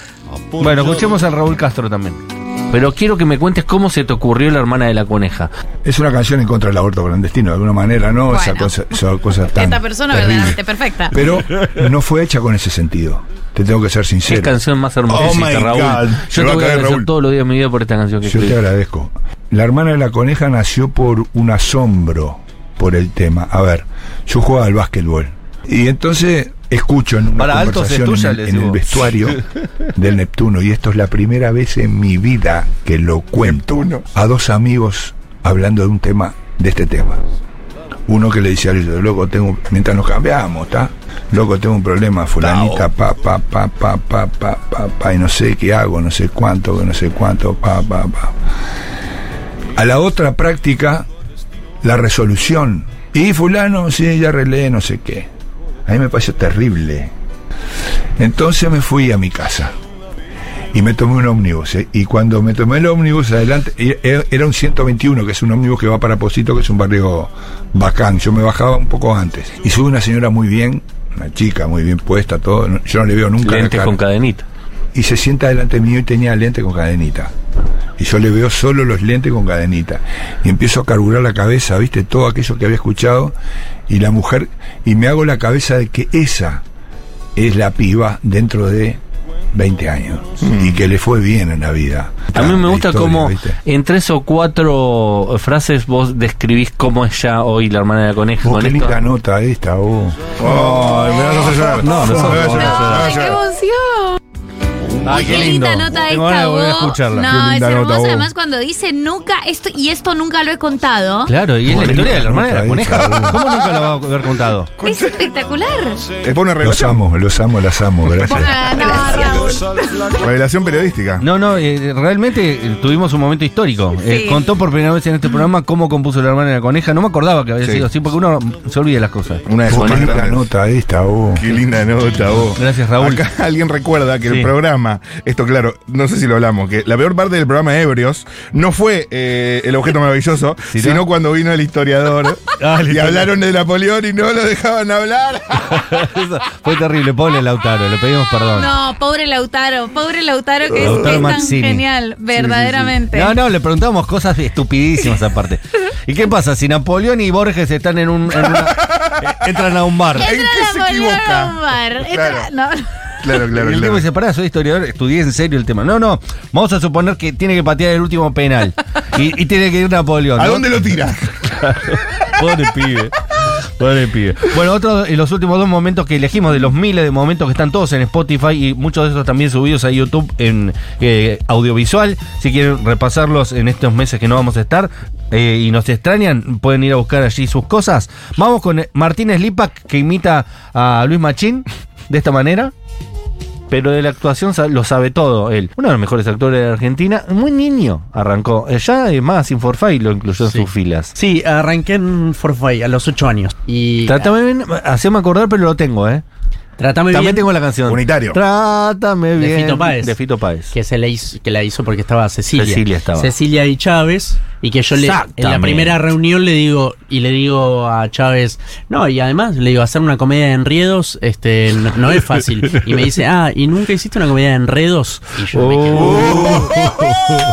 Speaker 5: Bueno, escuchemos a Raúl Castro también. Pero quiero que me cuentes cómo se te ocurrió la hermana de la coneja.
Speaker 14: Es una canción en contra del aborto clandestino, de alguna manera, ¿no? Esa
Speaker 3: Bueno.
Speaker 14: cosa, esa cosa tan.
Speaker 3: Esta persona
Speaker 14: terrible.
Speaker 3: verdaderamente perfecta.
Speaker 14: Pero no fue hecha con ese sentido. Te tengo que ser sincero.
Speaker 5: Qué canción más hermosa,
Speaker 14: Oh my
Speaker 5: Raúl.
Speaker 14: God. Se
Speaker 5: Yo
Speaker 14: va
Speaker 5: te
Speaker 14: a
Speaker 5: voy a
Speaker 14: caer,
Speaker 5: agradecer
Speaker 14: Raúl.
Speaker 5: todos los días de mi vida por esta canción que
Speaker 14: Yo te
Speaker 5: escribí.
Speaker 14: agradezco. La hermana de la coneja nació por un asombro por el tema. A ver, yo jugaba al básquetbol. Y entonces escucho en una
Speaker 5: Para altos
Speaker 14: conversación
Speaker 5: de tuya,
Speaker 14: en,
Speaker 5: le
Speaker 14: en el
Speaker 5: digo.
Speaker 14: vestuario del Neptuno, y esto es la primera vez en mi vida que lo cuento, a dos amigos hablando de un tema, de este tema. Uno que le dice al otro, loco, tengo, mientras nos cambiamos, ¿está? Loco, tengo un problema, fulanita, pa, pa, pa, pa, pa, pa, pa, pa, y no sé qué hago, no sé cuánto, que no sé cuánto, pa, pa, pa. A la otra práctica, la resolución. Y fulano, sí, ya arreglé, no sé qué. A mí me pareció terrible. Entonces me fui a mi casa y me tomé un ómnibus. ¿eh? Y cuando me tomé el ómnibus, adelante, e- e- era un 121, que es un ómnibus que va para Posito, que es un barrio bacán. Yo me bajaba un poco antes. Y sube una señora muy bien, una chica muy bien puesta, todo. no- Yo no le veo nunca. la
Speaker 5: Lentes
Speaker 14: cara.
Speaker 5: con cadenita.
Speaker 14: Y se sienta delante mío y tenía lente con cadenita. Y yo le veo solo los lentes con cadenita. Y empiezo a carburar la cabeza, ¿viste? Todo aquello que había escuchado. Y la mujer. Y me hago la cabeza de que esa es la piba dentro de 20 años. Y que le fue bien en la vida.
Speaker 5: A mí me
Speaker 14: La
Speaker 5: gusta
Speaker 14: historia,
Speaker 5: cómo
Speaker 14: ¿viste?
Speaker 5: en tres o cuatro eh, frases vos describís cómo es ya hoy la hermana de la coneja.
Speaker 14: Vos,
Speaker 5: con
Speaker 14: qué
Speaker 5: esto.
Speaker 14: linda nota esta, vos. Ay, me vas a hacer llorar.
Speaker 5: No, no,
Speaker 14: Me vas a
Speaker 5: no,
Speaker 14: hacer llorar.
Speaker 5: no,
Speaker 3: ¡Ay, qué emoción!
Speaker 5: Ah,
Speaker 3: Qué linda nota
Speaker 5: Tengo ganas
Speaker 3: esta,
Speaker 5: de volver a
Speaker 3: vos.
Speaker 5: escucharla.
Speaker 3: No,
Speaker 5: Qué
Speaker 3: es
Speaker 5: linda nota,
Speaker 3: hermosa.
Speaker 5: vos.
Speaker 3: Además, cuando dice nunca esto y esto nunca lo he contado.
Speaker 5: Claro, y es la
Speaker 14: Qué
Speaker 5: historia de la
Speaker 14: linda
Speaker 5: hermana de la
Speaker 14: nota esta,
Speaker 5: coneja.
Speaker 14: vos.
Speaker 5: ¿Cómo nunca la va a haber contado?
Speaker 3: Es espectacular.
Speaker 14: Los amo, los amo, las amo, gracias.
Speaker 3: Ah, no, Raúl.
Speaker 14: Revelación periodística.
Speaker 5: No, no, eh, realmente eh, tuvimos un momento histórico. Eh,
Speaker 3: Sí.
Speaker 5: contó por primera vez en este programa cómo compuso la hermana de la coneja. No me acordaba que había
Speaker 14: Sí.
Speaker 5: sido así, porque uno se olvida las cosas. *laughs*
Speaker 14: Una de sus
Speaker 5: Bonito.
Speaker 14: linda nota esta, vos.
Speaker 5: Qué linda nota, vos. Gracias, Raúl.
Speaker 14: Acá *laughs* alguien recuerda que
Speaker 5: Sí.
Speaker 14: el programa, esto claro, no sé si lo hablamos, que la peor parte del programa de Ebrios no fue eh, el objeto maravilloso,
Speaker 5: no?
Speaker 14: sino cuando vino el historiador
Speaker 5: *laughs* Ah, el
Speaker 14: y
Speaker 5: historiador.
Speaker 14: hablaron de Napoleón y no lo dejaban
Speaker 5: *laughs*
Speaker 14: hablar.
Speaker 5: Eso Fue terrible, pobre Lautaro, le pedimos perdón.
Speaker 3: No, pobre Lautaro, pobre Lautaro que es-
Speaker 5: Lautaro
Speaker 3: es, tan
Speaker 5: Mazzini.
Speaker 3: genial, verdaderamente.
Speaker 5: No, no, le preguntamos cosas estupidísimas aparte. ¿Y qué pasa? Si Napoleón y Borges están en un. en una- eh, entran a un bar.
Speaker 3: Entra
Speaker 14: qué se
Speaker 3: Napoleón
Speaker 14: equivoca?
Speaker 3: a un bar, entra-
Speaker 14: Claro.
Speaker 3: no, no.
Speaker 14: Claro,
Speaker 5: Y el tipo dice, pará, soy historiador, estudié en serio el tema. No, no, vamos a suponer que tiene que patear el último penal. Y, y tiene que ir Napoleón.
Speaker 14: ¿A
Speaker 5: ¿no?
Speaker 14: dónde lo
Speaker 5: *laughs*
Speaker 14: tira? *laughs*
Speaker 5: Pobre pibe. Pobre pibe. Bueno, otro de los últimos dos momentos que elegimos, de los miles de momentos que están todos en Spotify y muchos de esos también subidos a YouTube en eh, audiovisual. Si quieren repasarlos en estos meses que no vamos a estar eh, y nos extrañan, pueden ir a buscar allí sus cosas. Vamos con eh, Martínez Lipak, que imita a Luis Machín de esta manera. Pero de la actuación sa- lo sabe todo él. Uno de los mejores actores de Argentina, muy niño, arrancó. Eh, Ya eh, más Sin Forfait lo incluyó en sus filas.
Speaker 19: Sí, arranqué en Forfait a los 8 años. Y
Speaker 5: Trátame bien, haceme acordar, pero lo tengo, ¿eh?
Speaker 19: Trátame
Speaker 5: También
Speaker 19: bien.
Speaker 5: tengo la canción.
Speaker 19: Unitario.
Speaker 5: Trátame bien.
Speaker 19: de Fito Páez.
Speaker 5: De Fito Páez.
Speaker 19: Que, se la hizo, que la hizo porque estaba Cecilia.
Speaker 5: Cecilia estaba.
Speaker 19: Cecilia y Chávez. Y que yo le, en la
Speaker 5: Exactamente.
Speaker 19: primera reunión le digo, y le digo a Chávez, no, y además le digo, hacer una comedia de enredos este, no, no es fácil. Y me dice, ah, ¿y nunca hiciste una comedia de enredos? Y yo me quedé-
Speaker 14: Oh.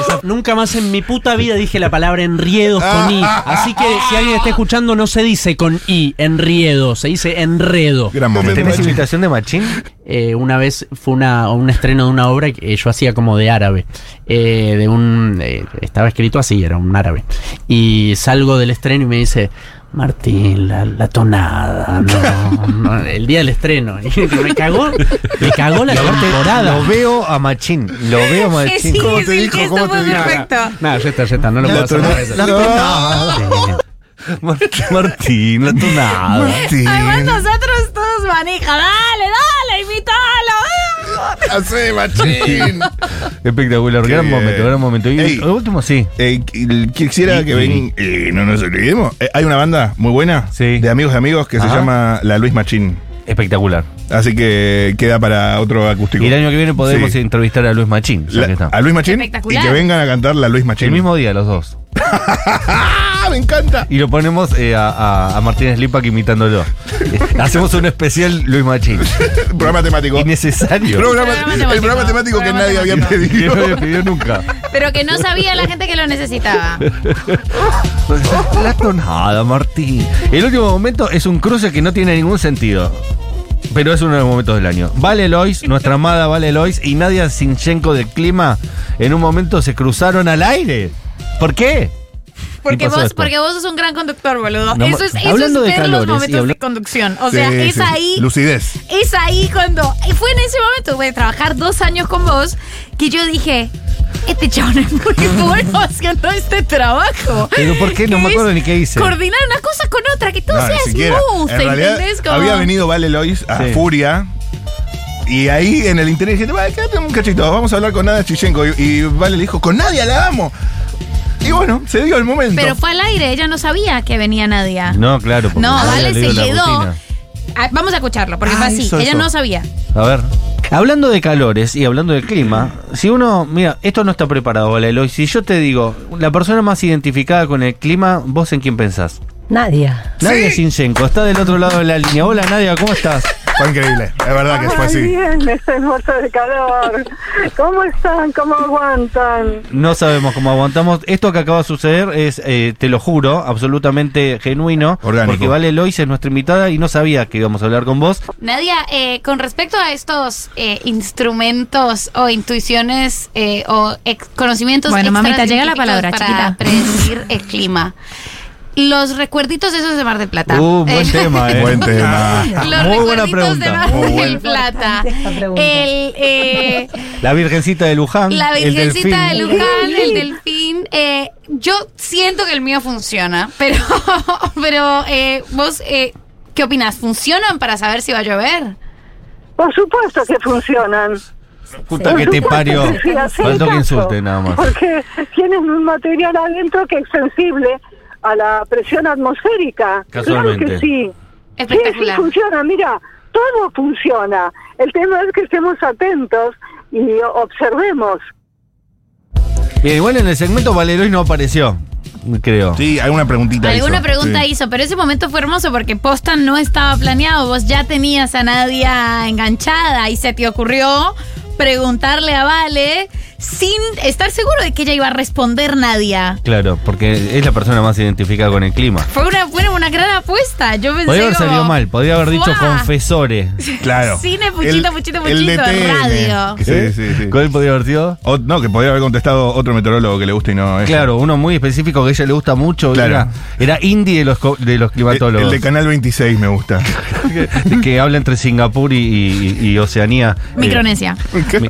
Speaker 19: Esa- nunca más en mi puta vida dije la palabra enredos con I. Así que si alguien está escuchando, no se dice con I, enriedo, se dice enredo.
Speaker 5: ¿Tenés invitación de Machín?
Speaker 19: Eh, una vez fue una, un estreno de una obra que yo hacía como de árabe. Eh, de un eh, Estaba escrito así, era un árabe. Y salgo del estreno y me dice. Martín, la, la
Speaker 5: Ah,
Speaker 19: tonada, no, *laughs* no, el día del estreno. Y *laughs* me cagó, *laughs* me cagó la
Speaker 5: Y aparte,
Speaker 19: temporada.
Speaker 5: Lo veo a Machín. Lo veo a
Speaker 3: *laughs*
Speaker 19: Que
Speaker 5: Machín.
Speaker 19: *laughs* sí, ¿Cómo te sí, dijo? que ¿Cómo esto te fue dijo? perfecto. Nada, ya está, ya está, no lo puedo hacer más veces.
Speaker 5: La tonada. *laughs* Mart- Martín, la tonada.
Speaker 7: Eh.
Speaker 14: Martín.
Speaker 3: Además, nosotros todos manija, dale, dale, invítalo. *laughs*
Speaker 14: Hacé, machín.
Speaker 5: *laughs* Espectacular,
Speaker 14: Qué
Speaker 5: gran
Speaker 14: bien.
Speaker 5: momento, gran momento. Y
Speaker 14: Ey.
Speaker 5: el último sí.
Speaker 14: Eh, qu- quisiera
Speaker 5: Y-
Speaker 14: que ven, eh, no nos olvidemos. eh, hay una banda muy buena de amigos de amigos que se
Speaker 5: Ajá.
Speaker 14: llama La Luis Machín.
Speaker 5: Espectacular.
Speaker 14: Así que queda para otro acústico.
Speaker 5: Y el año que viene podemos
Speaker 14: Sí.
Speaker 5: entrevistar a Luis Machín. ya
Speaker 14: La-
Speaker 5: que está.
Speaker 14: a Luis Machín y
Speaker 3: Espectacular.
Speaker 14: que vengan a cantar La Luis Machín.
Speaker 5: El mismo día, los dos.
Speaker 14: ¡Ah!
Speaker 7: me encanta.
Speaker 14: *laughs*
Speaker 5: Y lo ponemos eh, a, a, a Martínez Lipak imitándolo. Hacemos un especial Luis Machín.
Speaker 7: programa temático.
Speaker 5: Innecesario.
Speaker 7: Programa- el programa temático que nadie había
Speaker 5: Que *laughs*
Speaker 7: pedido.
Speaker 5: no había pedido nunca.
Speaker 3: Pero que no sabía la gente que lo necesitaba.
Speaker 5: La tonada, Martín. El último momento es un cruce que no tiene ningún sentido. Pero es uno de los momentos del año. Vale Lois, nuestra amada Vale Lois y Nadia Sinchenko del Clima en un momento se cruzaron al aire. ¿Por qué?
Speaker 3: Porque
Speaker 5: Y pasó
Speaker 3: vos,
Speaker 5: esto.
Speaker 3: porque vos sos un gran conductor, boludo.
Speaker 5: No,
Speaker 3: eso es, eso
Speaker 5: hablando
Speaker 3: es
Speaker 5: de
Speaker 3: ver los
Speaker 5: calores y
Speaker 3: momentos de
Speaker 5: habla-
Speaker 3: conducción.
Speaker 5: *laughs*
Speaker 3: O sea,
Speaker 7: Sí,
Speaker 3: es
Speaker 7: sí,
Speaker 3: ahí.
Speaker 7: Lucidez.
Speaker 3: Es ahí cuando. Fue en ese momento de trabajar dos años con vos que yo dije. Este chabón,
Speaker 5: *laughs*
Speaker 3: ¿por qué estuvo haciendo este trabajo?
Speaker 5: Pero ¿por qué? No me
Speaker 3: Es
Speaker 5: acuerdo ni qué hice.
Speaker 3: Coordinar una cosa con otra, que todo
Speaker 7: No,
Speaker 3: sea
Speaker 7: ni siquiera.
Speaker 3: smooth,
Speaker 7: En realidad,
Speaker 3: ¿entendés? Como-
Speaker 7: había venido Vale Lois a
Speaker 5: Sí.
Speaker 7: Furia. Y ahí en el interés dije, "Va, quédate un cachito, vamos a hablar con Nadia Chichenko. Y, y Vale le dijo, con Nadia la amo. Y bueno, se dio el momento.
Speaker 3: Pero fue al aire, ella no sabía que venía Nadia.
Speaker 5: No, claro. porque
Speaker 3: No,
Speaker 5: Nadia
Speaker 3: Vale
Speaker 5: le
Speaker 3: se
Speaker 5: dio la
Speaker 3: quedó.
Speaker 5: rutina.
Speaker 3: Ah, Vamos a escucharlo, porque
Speaker 5: Ah,
Speaker 3: fue así.
Speaker 5: eso,
Speaker 3: ella
Speaker 5: eso.
Speaker 3: no sabía.
Speaker 5: A ver. Hablando de calores y hablando de clima, si uno, mira, esto no está preparado, Vale Lois. Si yo te digo, la persona más identificada con el clima, ¿vos en quién pensás?
Speaker 20: Nadie.
Speaker 5: Nadia Sinchenko, está del otro lado de la línea. Hola Nadia, ¿cómo estás?
Speaker 7: Fue increíble, es verdad que
Speaker 20: Ay, bien, estoy muerto de calor. ¿Cómo están? ¿Cómo aguantan?
Speaker 5: No sabemos cómo aguantamos. Esto que acaba de suceder es, eh, te lo juro, absolutamente genuino. Porque Vale Lois es nuestra invitada y no sabía que íbamos a hablar con vos.
Speaker 3: Nadia, eh, con respecto a estos eh, instrumentos o intuiciones eh, o ex- conocimientos
Speaker 20: Bueno, mamita, llega la palabra,
Speaker 3: para
Speaker 20: chiquita.
Speaker 3: predecir el clima. Los recuerditos esos de Mar del Plata.
Speaker 5: Uh,
Speaker 3: Eh,
Speaker 5: buen tema, eh.
Speaker 7: Buen tema.
Speaker 3: *laughs* Los
Speaker 5: Muy buena
Speaker 3: recuerditos de
Speaker 5: pregunta.
Speaker 3: Mar
Speaker 5: Muy
Speaker 3: del
Speaker 5: buena.
Speaker 3: Plata. El, eh,
Speaker 5: La Virgencita de Luján.
Speaker 3: la
Speaker 5: el
Speaker 3: virgencita de
Speaker 5: delfín.
Speaker 3: Luján, el delfín. eh, yo siento que el mío funciona, *laughs* pero, pero eh, vos, eh, ¿qué opinas? ¿Funcionan para saber si va a llover?
Speaker 20: Por supuesto que funcionan.
Speaker 5: Puta
Speaker 20: Por
Speaker 5: que te
Speaker 20: supuesto
Speaker 5: parió.
Speaker 20: que sí, hacen
Speaker 5: Faltó que
Speaker 20: caso,
Speaker 5: insulte nada más.
Speaker 20: Porque tienen un material adentro que es sensible a la presión atmosférica.
Speaker 5: Casualmente.
Speaker 20: Claro que sí. Sí, sí
Speaker 3: Espectacular.
Speaker 20: funciona, mira, todo funciona. El tema es que estemos atentos y observemos.
Speaker 5: Bien, igual Eh, en el segmento Valerois no apareció, creo.
Speaker 7: Sí, alguna preguntita
Speaker 3: Alguna pregunta hizo, pero ese momento fue hermoso porque posta no estaba planeado. Vos ya tenías a Nadia enganchada y se te ocurrió preguntarle a Vale sin estar seguro de que ella iba a responder Nadia.
Speaker 5: Claro, porque es la persona más identificada con el clima.
Speaker 3: Fue una, fue una gran apuesta. Yo pensé
Speaker 5: Podría haber
Speaker 3: como,
Speaker 5: salido mal, podría haber dicho
Speaker 3: ¡Fua!
Speaker 5: confesores.
Speaker 7: Claro.
Speaker 3: Cine, puchito, puchito,
Speaker 7: el
Speaker 3: puchito,
Speaker 7: DTN.
Speaker 3: radio.
Speaker 7: Sí, sí, sí.
Speaker 5: ¿Cuál ¿Eh? podría haber sido?
Speaker 7: no, que podría haber contestado otro meteorólogo que le guste y no. ella.
Speaker 5: Claro, uno muy específico que a ella le gusta mucho.
Speaker 7: Claro.
Speaker 5: Era, era indie de los, co- de los
Speaker 7: El, el
Speaker 5: climatólogos.
Speaker 7: de Canal 26 me
Speaker 5: *laughs*
Speaker 7: gusta.
Speaker 5: que, que habla entre Singapur y, y- y Oceanía. Eh,
Speaker 3: Micronesia.
Speaker 5: mi-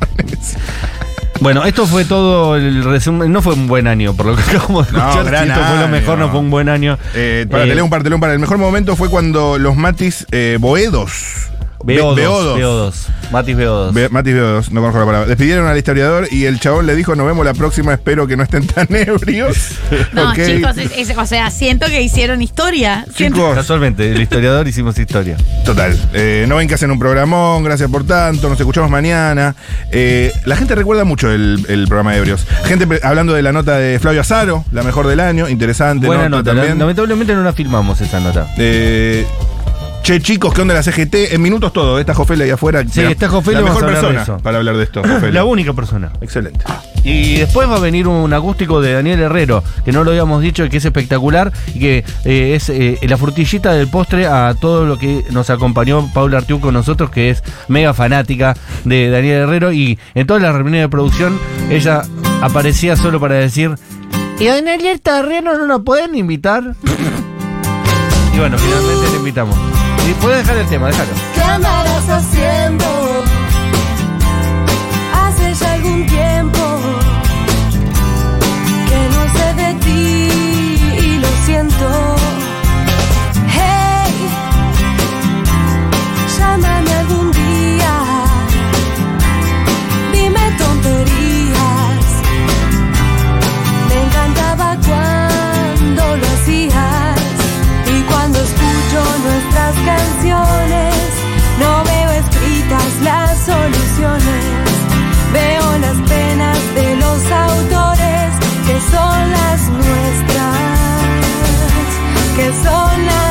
Speaker 5: bueno, esto fue todo el resumen. No fue un buen año, por lo que acabamos de
Speaker 7: No,
Speaker 5: escuchar.
Speaker 7: gran
Speaker 5: Si esto fue lo
Speaker 7: año.
Speaker 5: mejor, no fue un buen año.
Speaker 7: Eh, para,
Speaker 5: Eh,
Speaker 7: te leo un par, te leo un par. El mejor momento fue cuando los Matis eh, Boedos. Be-
Speaker 5: Beodos, Beodos. Matis Beodos.
Speaker 7: Be- Matis Beodos, no conozco la palabra. Despidieron al historiador y el chabón le dijo: Nos vemos la próxima, espero que no estén tan *laughs* ebrios.
Speaker 3: No,
Speaker 7: Ok.
Speaker 3: chicos, es- es- o sea, siento que hicieron historia. Siento-
Speaker 7: Chicos.
Speaker 5: Casualmente, el historiador hicimos historia.
Speaker 7: Total. Eh, no ven que hacen un programón, gracias por tanto, nos escuchamos mañana. Eh, la gente recuerda mucho el, el programa de Ebrios. Gente pre- hablando de la nota de Flavio Azaro, la mejor del año, interesante.
Speaker 5: Buena nota, la- lamentablemente no la filmamos esa nota.
Speaker 7: Eh, che, chicos, ¿qué onda la CGT? En minutos todo, ¿eh? está Jofele ahí afuera.
Speaker 5: Sí,
Speaker 7: Mira,
Speaker 5: está Jofele,
Speaker 7: La
Speaker 5: vamos
Speaker 7: mejor
Speaker 5: a hablar de
Speaker 7: persona
Speaker 5: eso.
Speaker 7: para hablar de
Speaker 5: *laughs*
Speaker 7: esto, Jofele.
Speaker 5: La única persona.
Speaker 7: Excelente.
Speaker 5: Y después va a venir un acústico de Daniel Herrero, que no lo habíamos dicho y que es espectacular y que eh, es eh, la frutillita del postre a todo lo que nos acompañó Paula Artiú con nosotros, que es mega fanática de Daniel Herrero. Y en todas las reuniones de producción, ella aparecía solo para decir: ¿Y a Daniel Herrero no lo pueden invitar? y bueno, finalmente le invitamos. Y puedes dejar el tema, déjalo.
Speaker 6: ¿Qué andarás haciendo? Hace ya algún tiempo que no sé de ti y lo siento. Hey, llámame algún día. Dime tonterías. Me encantaba cuando lo hacías. Y cuando escucho nuestras canciones, no veo escritas las persona